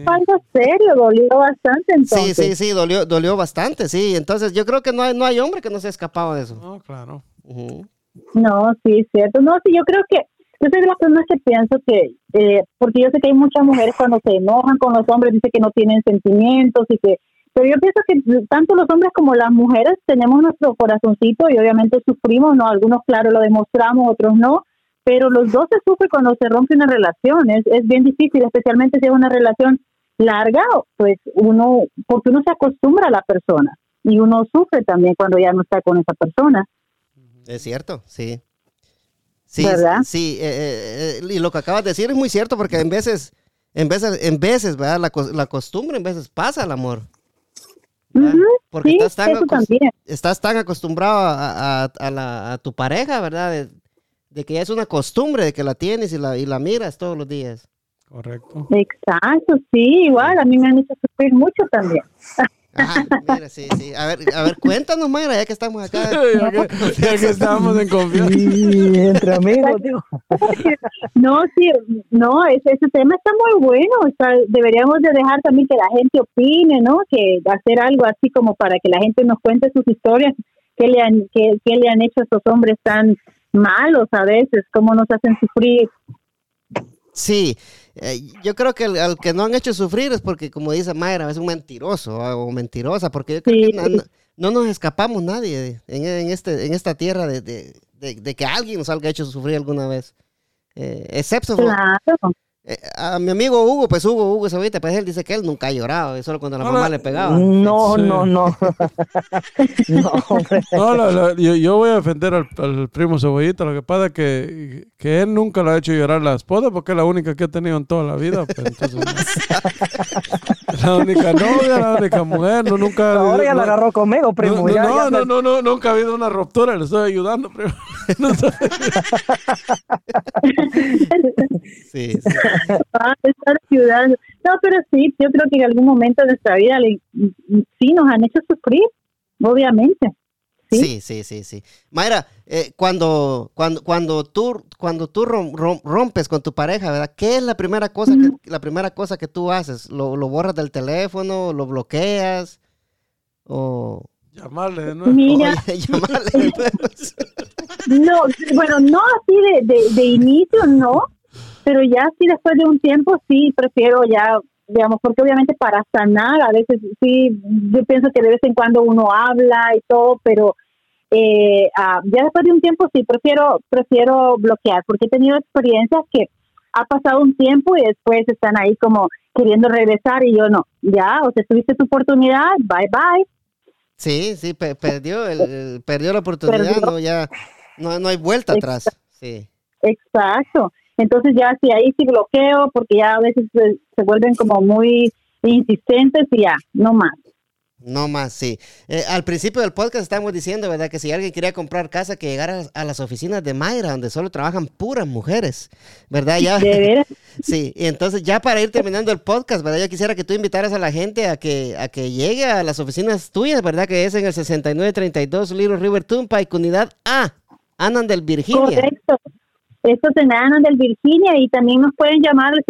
S7: Algo serio, dolió bastante
S2: Sí,
S7: entonces.
S2: sí, sí, dolió, dolió bastante, sí. Entonces yo creo que no hay, no hay hombre que no se ha escapado de eso.
S1: No, claro.
S2: Ujú.
S7: No, sí, es cierto. No, sí, yo creo que, yo soy de las personas que pienso que, eh, porque yo sé que hay muchas mujeres cuando se enojan con los hombres, dicen que no tienen sentimientos y que, pero yo pienso que tanto los hombres como las mujeres tenemos nuestro corazoncito y obviamente sufrimos, ¿no? Algunos, claro, lo demostramos, otros no, pero los dos se sufre cuando se rompe una relación, es, es bien difícil, especialmente si es una relación larga, pues uno, porque uno se acostumbra a la persona y uno sufre también cuando ya no está con esa persona.
S2: Es cierto, sí. Sí,
S7: ¿Verdad?
S2: sí, eh, eh, eh, y lo que acabas de decir es muy cierto porque en veces, en veces, en veces, ¿verdad? La, cos- la costumbre en veces pasa el amor. ¿verdad?
S7: Ujú,
S2: Porque
S7: sí,
S2: estás, tan
S7: eso
S2: acos-
S7: también.
S2: estás tan acostumbrado a, a- a la- a tu pareja, ¿verdad? De, de que ya es una costumbre de que la tienes y la, y la miras todos los días.
S1: Correcto.
S7: Exacto, sí, igual, a mí me han hecho sufrir mucho también.
S2: Ajá, mira, sí, sí. A ver, a ver, cuéntanos, Mayra, ya que estamos acá.
S1: Ya que, ya que estábamos en confianza.
S3: Y pues. entre amigos, digo.
S7: No, sí, no, ese, ese tema está muy bueno, o sea, deberíamos de dejar también que la gente opine, ¿no? Que hacer algo así como para que la gente nos cuente sus historias, qué le han, qué, qué le han hecho a estos hombres tan malos a veces, cómo nos hacen sufrir.
S2: Sí, eh, yo creo que el- al que no han hecho sufrir es porque, como dice Mayra, es un mentiroso ah, o mentirosa, porque yo creo
S7: Sí.
S2: que na- no, no nos escapamos nadie de- en, en este, en esta tierra de, de- de- de que alguien nos haya hecho sufrir alguna vez. Eh, excepto
S7: Claro,
S2: eh, a mi amigo Hugo, pues Hugo, Hugo Sabita, pues él dice que él nunca ha llorado, es solo cuando la
S1: Ahora-
S2: mamá le pegaba.
S3: No,
S1: Sí.
S3: no, no. No, hombre.
S1: No, la- la- yo, yo voy a defender al, al primo Cebollita. Lo que pasa es que, que él nunca lo ha hecho llorar la esposa porque es la única que ha tenido en toda la vida. pues, entonces, no. la única novia, la única mujer. No, nunca,
S3: Ahora ya
S1: no-
S3: la agarró conmigo, primo.
S1: no,
S3: ya,
S1: no,
S3: ya
S1: no,
S3: me-
S1: no, no, nunca ha habido una ruptura. Le estoy ayudando, primo. No sé.
S2: Sí, sí.
S7: Ah, estar ayudando. No, pero sí, yo creo que en algún momento de nuestra vida le- sí nos han hecho sufrir, obviamente.
S2: Sí, sí, sí, sí. Mayra, eh, cuando, cuando, cuando tú, cuando tú rom- rom- rompes con tu pareja, ¿verdad? ¿Qué es la primera cosa que, la primera cosa que tú haces? ¿Lo, lo borras del teléfono? ¿Lo bloqueas? ¿O,
S1: Llamarle de nuevo.
S2: o
S7: Mira,
S2: llamarle de nuevo?
S7: No, bueno, no así de, de, de inicio, no, pero ya sí después de un tiempo sí prefiero ya digamos, porque obviamente para sanar, a veces sí, yo pienso que de vez en cuando uno habla y todo, pero eh, ah, ya después de un tiempo sí prefiero, prefiero bloquear, porque he tenido experiencias que ha pasado un tiempo y después están ahí como queriendo regresar y yo no, ya, o sea, tuviste tu oportunidad, bye bye.
S2: Sí, sí, pe- perdió, el, el- perdió la oportunidad,
S7: Perdió.
S2: no ya no, no hay vuelta atrás. Sí.
S7: Exacto. Entonces ya sí, ahí sí bloqueo porque ya a veces se, se vuelven como muy insistentes y ya, no más.
S2: No más, sí. Eh, al principio del podcast estábamos diciendo, ¿verdad? Que si alguien quería comprar casa, que llegara a las oficinas de Mayra, donde solo trabajan puras mujeres, ¿verdad? Ya,
S7: De veras,
S2: sí, y entonces ya para ir terminando el podcast, ¿verdad? Yo quisiera que tú invitaras a la gente a que, a que llegue a las oficinas tuyas, ¿verdad? Que es en el 6932 Little River Turnpike, unidad A, Annan del Virginia.
S7: correcto. Estos en Ana del Virginia y también nos pueden llamar al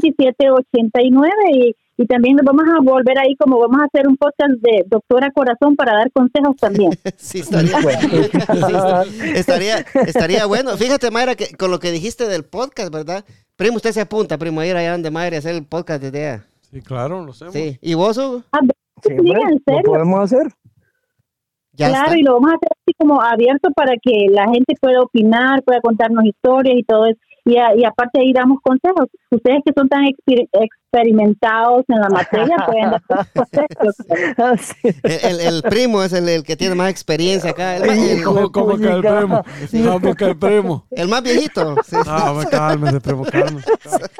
S7: 703-936-2789 y, y también nos vamos a volver ahí como vamos a hacer un podcast de Doctora Corazón para dar consejos también.
S2: Sí, estaría, sí, estaría, estaría bueno. Fíjate, Mayra, que con lo que dijiste del podcast, ¿verdad? Primo, usted se apunta, primo, a ir allá donde Mayra a hacer el podcast desde allá.
S1: Sí, claro, lo hacemos.
S2: Sí. ¿Y vos, Hugo?
S7: Ah, sí,
S3: hombre,
S7: en
S3: lo
S7: serio.
S3: podemos hacer.
S2: Ya
S7: claro,
S2: está.
S7: y lo vamos a hacer así como abierto para que la gente pueda opinar, pueda contarnos historias y todo eso. Y, a- y aparte ahí damos consejos. Ustedes que son tan exper- experimentados en la materia pueden dar consejos.
S3: Ah, Sí.
S2: El, el- el primo es el, el que tiene más experiencia acá. El, más-
S3: Sí,
S2: el-
S1: Como, como que el primo.
S2: Sí.
S1: Como que el primo.
S2: el más viejito. Sí.
S1: Ah, hombre, cálmese, primo, cálmese. cálmese.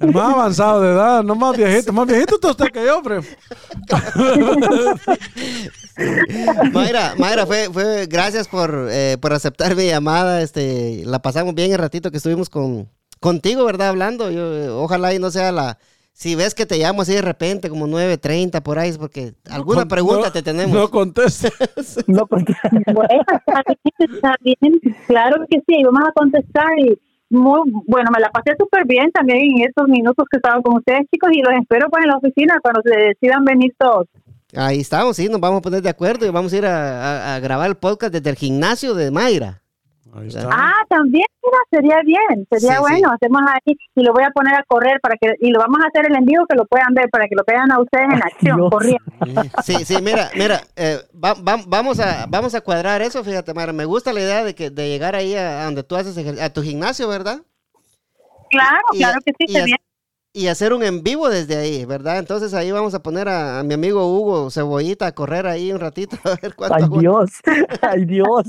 S1: El más avanzado de edad, no más viejito. Más viejito está usted que yo, primo.
S2: Mayra, Mayra fue, fue, gracias por, eh, por aceptar mi llamada. Este, la pasamos bien el ratito que estuvimos con, contigo, ¿verdad? Hablando. Yo, eh, ojalá y no sea la. Si ves que te llamo así de repente, como 9.30 por ahí, es porque alguna
S1: Con-
S2: pregunta
S1: no-
S2: te tenemos.
S1: No conteste.
S3: No pues, contra-
S7: Bueno, está bien, está bien. Claro que sí, vamos a contestar. Y muy, bueno, me la pasé súper bien también en estos minutos que estaba con ustedes, chicos, y los espero pues en la oficina cuando se decidan venir todos.
S2: Ahí estamos, sí, nos vamos a poner de acuerdo y vamos a ir a, a- a grabar el podcast desde el gimnasio de Mayra.
S1: Ahí está.
S7: Ah, también, mira, sería bien, sería
S2: Sí,
S7: bueno,
S2: sí.
S7: hacemos ahí y lo voy a poner a correr para que, y lo vamos a hacer el envío que lo puedan ver, para que lo vean a ustedes en acción,
S3: Dios.
S7: corriendo.
S2: Sí, sí, mira, mira, eh, va- va- vamos, a, vamos a cuadrar eso, fíjate, Mayra. Me gusta la idea de, que, de llegar ahí a, a donde tú haces ejer- a tu gimnasio, ¿verdad?
S7: Claro,
S2: y-
S7: claro que sí,
S2: y, ha-
S7: sería
S2: y hacer un en vivo desde ahí, ¿verdad? Entonces ahí vamos a poner a, a mi amigo Hugo Cebollita a correr ahí un ratito a ver cuánto.
S3: Ay,
S2: aguanta.
S3: Dios. Ay, Dios.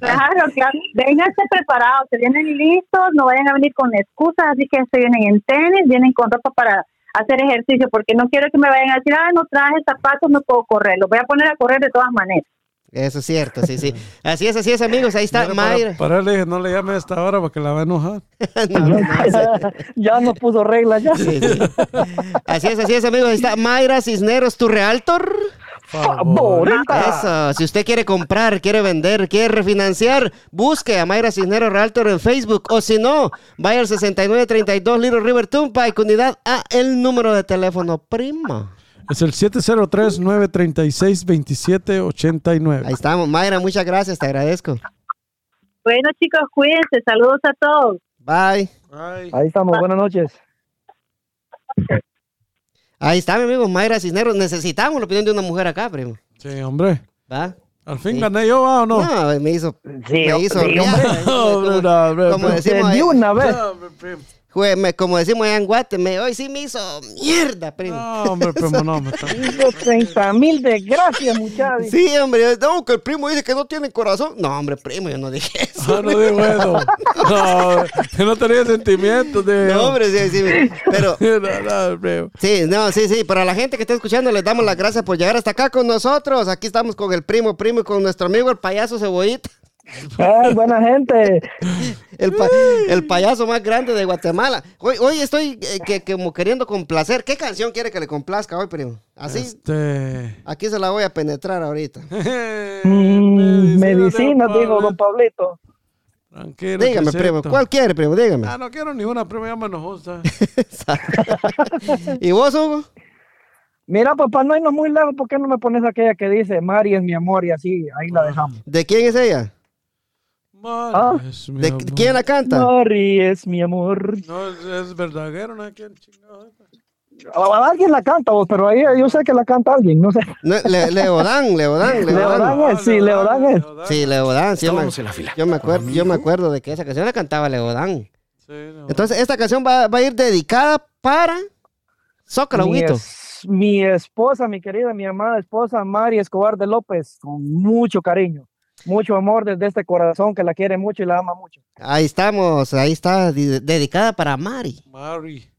S7: claro, claro. Vénganse preparados, se vienen listos, no vayan a venir con excusas, así que se vienen en tenis, vienen con ropa para hacer ejercicio, porque no quiero que me vayan a decir, ah, no traje zapatos, no puedo correr, los voy a poner a correr de todas maneras.
S2: Eso es cierto, sí, sí. Así es, así es, amigos. Ahí está
S1: Mira,
S2: Mayra.
S1: Para, para él le dije, no le llame a esta hora porque la va a enojar.
S2: No, no, no,
S3: ya nos puso reglas ya.
S2: sí, sí. Así es, así es, amigos. Ahí está Mayra Cisneros, tu realtor.
S3: Favorita.
S2: Eso, si usted quiere comprar, quiere vender, quiere refinanciar, busque a Mayra Cisneros Realtor en Facebook o si no, vaya al 6932 Little River Turnpike, unidad A, el número de teléfono prima.
S1: Es el 703-936-2789.
S2: Ahí estamos. Mayra, muchas gracias, te agradezco.
S7: Bueno, chicos, cuídense, saludos a todos.
S2: Bye.
S3: Ahí estamos. Buenas noches.
S2: Ahí está, mi amigo Mayra Cisneros. Necesitamos la opinión de una mujer acá, primo.
S1: Sí, hombre.
S2: ¿Va?
S1: Al fin
S2: Sí.
S1: gané yo, ¿va o no?
S2: No, me hizo.
S3: Sí,
S2: me hizo.
S3: sí,
S2: ya,
S3: Eh, hombre.
S2: me hizo-
S1: hombre,
S2: como-
S1: no, hombre,
S2: como
S1: pero-
S2: decimos
S3: Te di
S2: ahí-
S3: una vez.
S1: No, hombre, primo.
S2: jue- me- como decimos allá en Guate, me, hoy sí me hizo mierda, primo.
S1: No, hombre, primo, no. hombre, está-
S3: 30 mil desgracias, muchachos.
S2: Sí, hombre, no, que el primo dice que no tiene corazón. No, hombre, primo, yo no dije eso.
S1: Ah, no digo eso. No, yo no tenía sentimientos. De...
S2: No, hombre, sí, sí, pero
S1: No, no, primo.
S2: Sí, no, sí, sí, para la gente que está escuchando les damos las gracias por llegar hasta acá con nosotros. Aquí estamos con el primo, primo y con nuestro amigo el payaso cebollita,
S3: Ay, buena gente.
S2: el, pa- el payaso más grande de Guatemala. Hoy, hoy estoy eh, que, que como queriendo complacer. ¿Qué canción quiere que le complazca hoy, primo? Así,
S1: Este...
S2: aquí se la voy a penetrar ahorita.
S3: Mm,
S1: de
S3: medicina,
S1: Pablo.
S3: digo, don Pablito.
S1: Tranquilo.
S2: Dígame,
S1: Chisito.
S2: primo, ¿cuál quiere, primo? Dígame.
S1: Ah, no quiero ninguna, primo, ya me enojó, ¿sabes?
S2: ¿Y vos, Hugo?
S3: Mira, papá, no irnos muy lejos. ¿Por qué no Ah. me pones aquella que dice Mari es mi amor y así? Ahí la dejamos.
S2: ¿De quién es ella?
S3: Ah.
S1: Man, es mi
S2: ¿De
S1: amor.
S2: quién la canta?
S3: Mari es mi amor.
S1: No, es, es verdaguero, no es quién chingado.
S3: A- Alguien la canta vos, pero ahí yo sé que la canta alguien, no sé.
S2: No, Le- Leodán, Leodán, Leodán.
S3: Leodán. es, sí,
S1: Ah,
S3: Leodán es.
S2: Sí, Leodán, sí, yo me,
S6: Todos en la fila.
S2: yo me acuerdo, yo me acuerdo de que esa canción la cantaba Leodán.
S1: Sí, no.
S2: Entonces, esta canción va, va a ir dedicada para Zócalo,
S3: Mi,
S2: Huguito.
S3: es- mi esposa, mi querida, mi amada esposa, Mari Escobar de López, con mucho cariño, mucho amor desde este corazón que la quiere mucho y la ama mucho.
S2: Ahí estamos, ahí está, di- dedicada para Mari.
S1: Mari.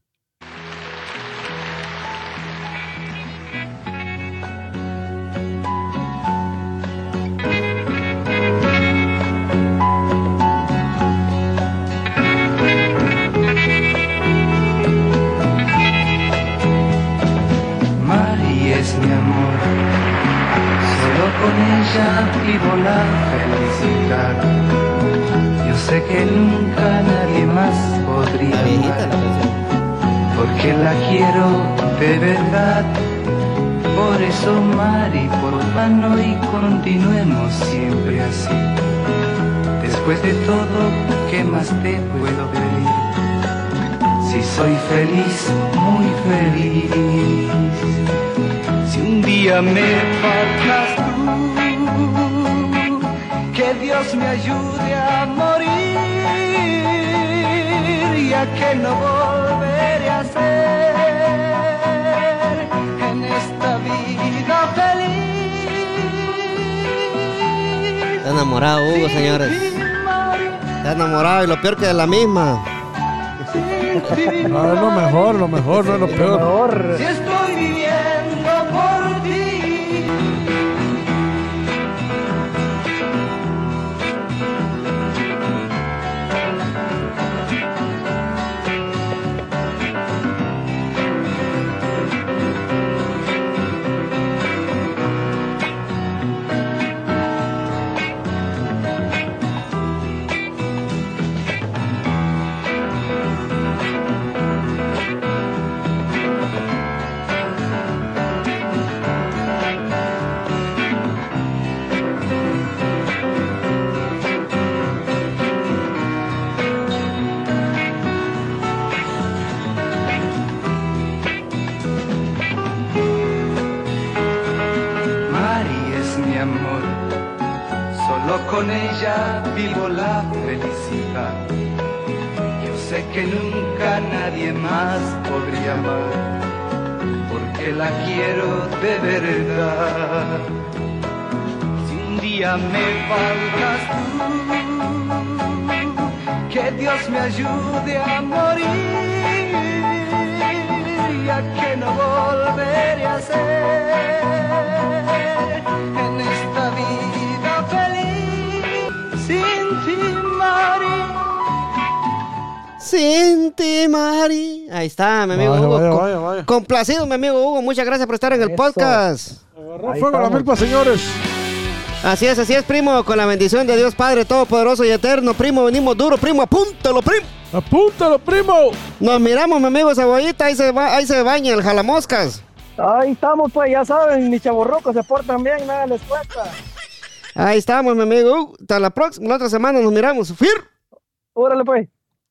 S8: Mari es mi amor, solo con ella vivo la felicidad. Yo sé que nunca nadie más podría
S2: La viejita la
S8: amar,
S2: canción.
S8: porque la quiero de verdad. Por eso Mari, por mano y continuemos siempre así. Después de todo, ¿qué más te puedo pedir? Si soy feliz, muy feliz. Si un día me faltas tú, que Dios me ayude a morir, ya que no volveré a ser en esta vida feliz.
S2: Está enamorado, Hugo, señores.
S8: Sin Mari,
S2: Está enamorado y lo peor que de la misma.
S8: sin
S1: No, Ah, es lo mejor, lo mejor, no es lo
S3: Por
S1: peor.
S3: favor,
S8: Si estoy viviendo por ti. Mari es mi amor, solo con ella vivo la felicidad. Yo sé que nunca nadie más podría amar, porque la quiero de verdad. Si un día me faltas tú, que Dios me ayude a morir, ya que no volveré a ser en esta vida feliz sin ti, Mari.
S2: Sin ti, Mari. Ahí está, mi amigo
S1: Vaya,
S2: Hugo.
S1: vaya,
S2: Com-
S1: vaya, vaya.
S2: Complacido, mi amigo Hugo. Muchas gracias por estar en el
S3: Eso.
S2: podcast.
S1: Agarró
S3: Ahí
S1: fuego la
S3: estamos.
S1: milpa, señores.
S2: Así es, así es, primo. Con la bendición de Dios Padre Todopoderoso y Eterno, primo. Venimos duro, primo. Apúntalo, primo.
S1: Apúntalo, primo.
S2: Nos miramos, mi amigo Cebollita. Ahí se, va, ahí se baña el jalamoscas.
S3: ahí estamos, pues ya saben, mis chavorrocos se portan bien, nada les cuesta.
S2: Ahí estamos, mi amigo Uh, Hugo. Hasta la próxima. La otra semana nos miramos. ¡Fir!
S3: Órale, pues.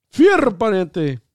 S1: Fierro, pariente.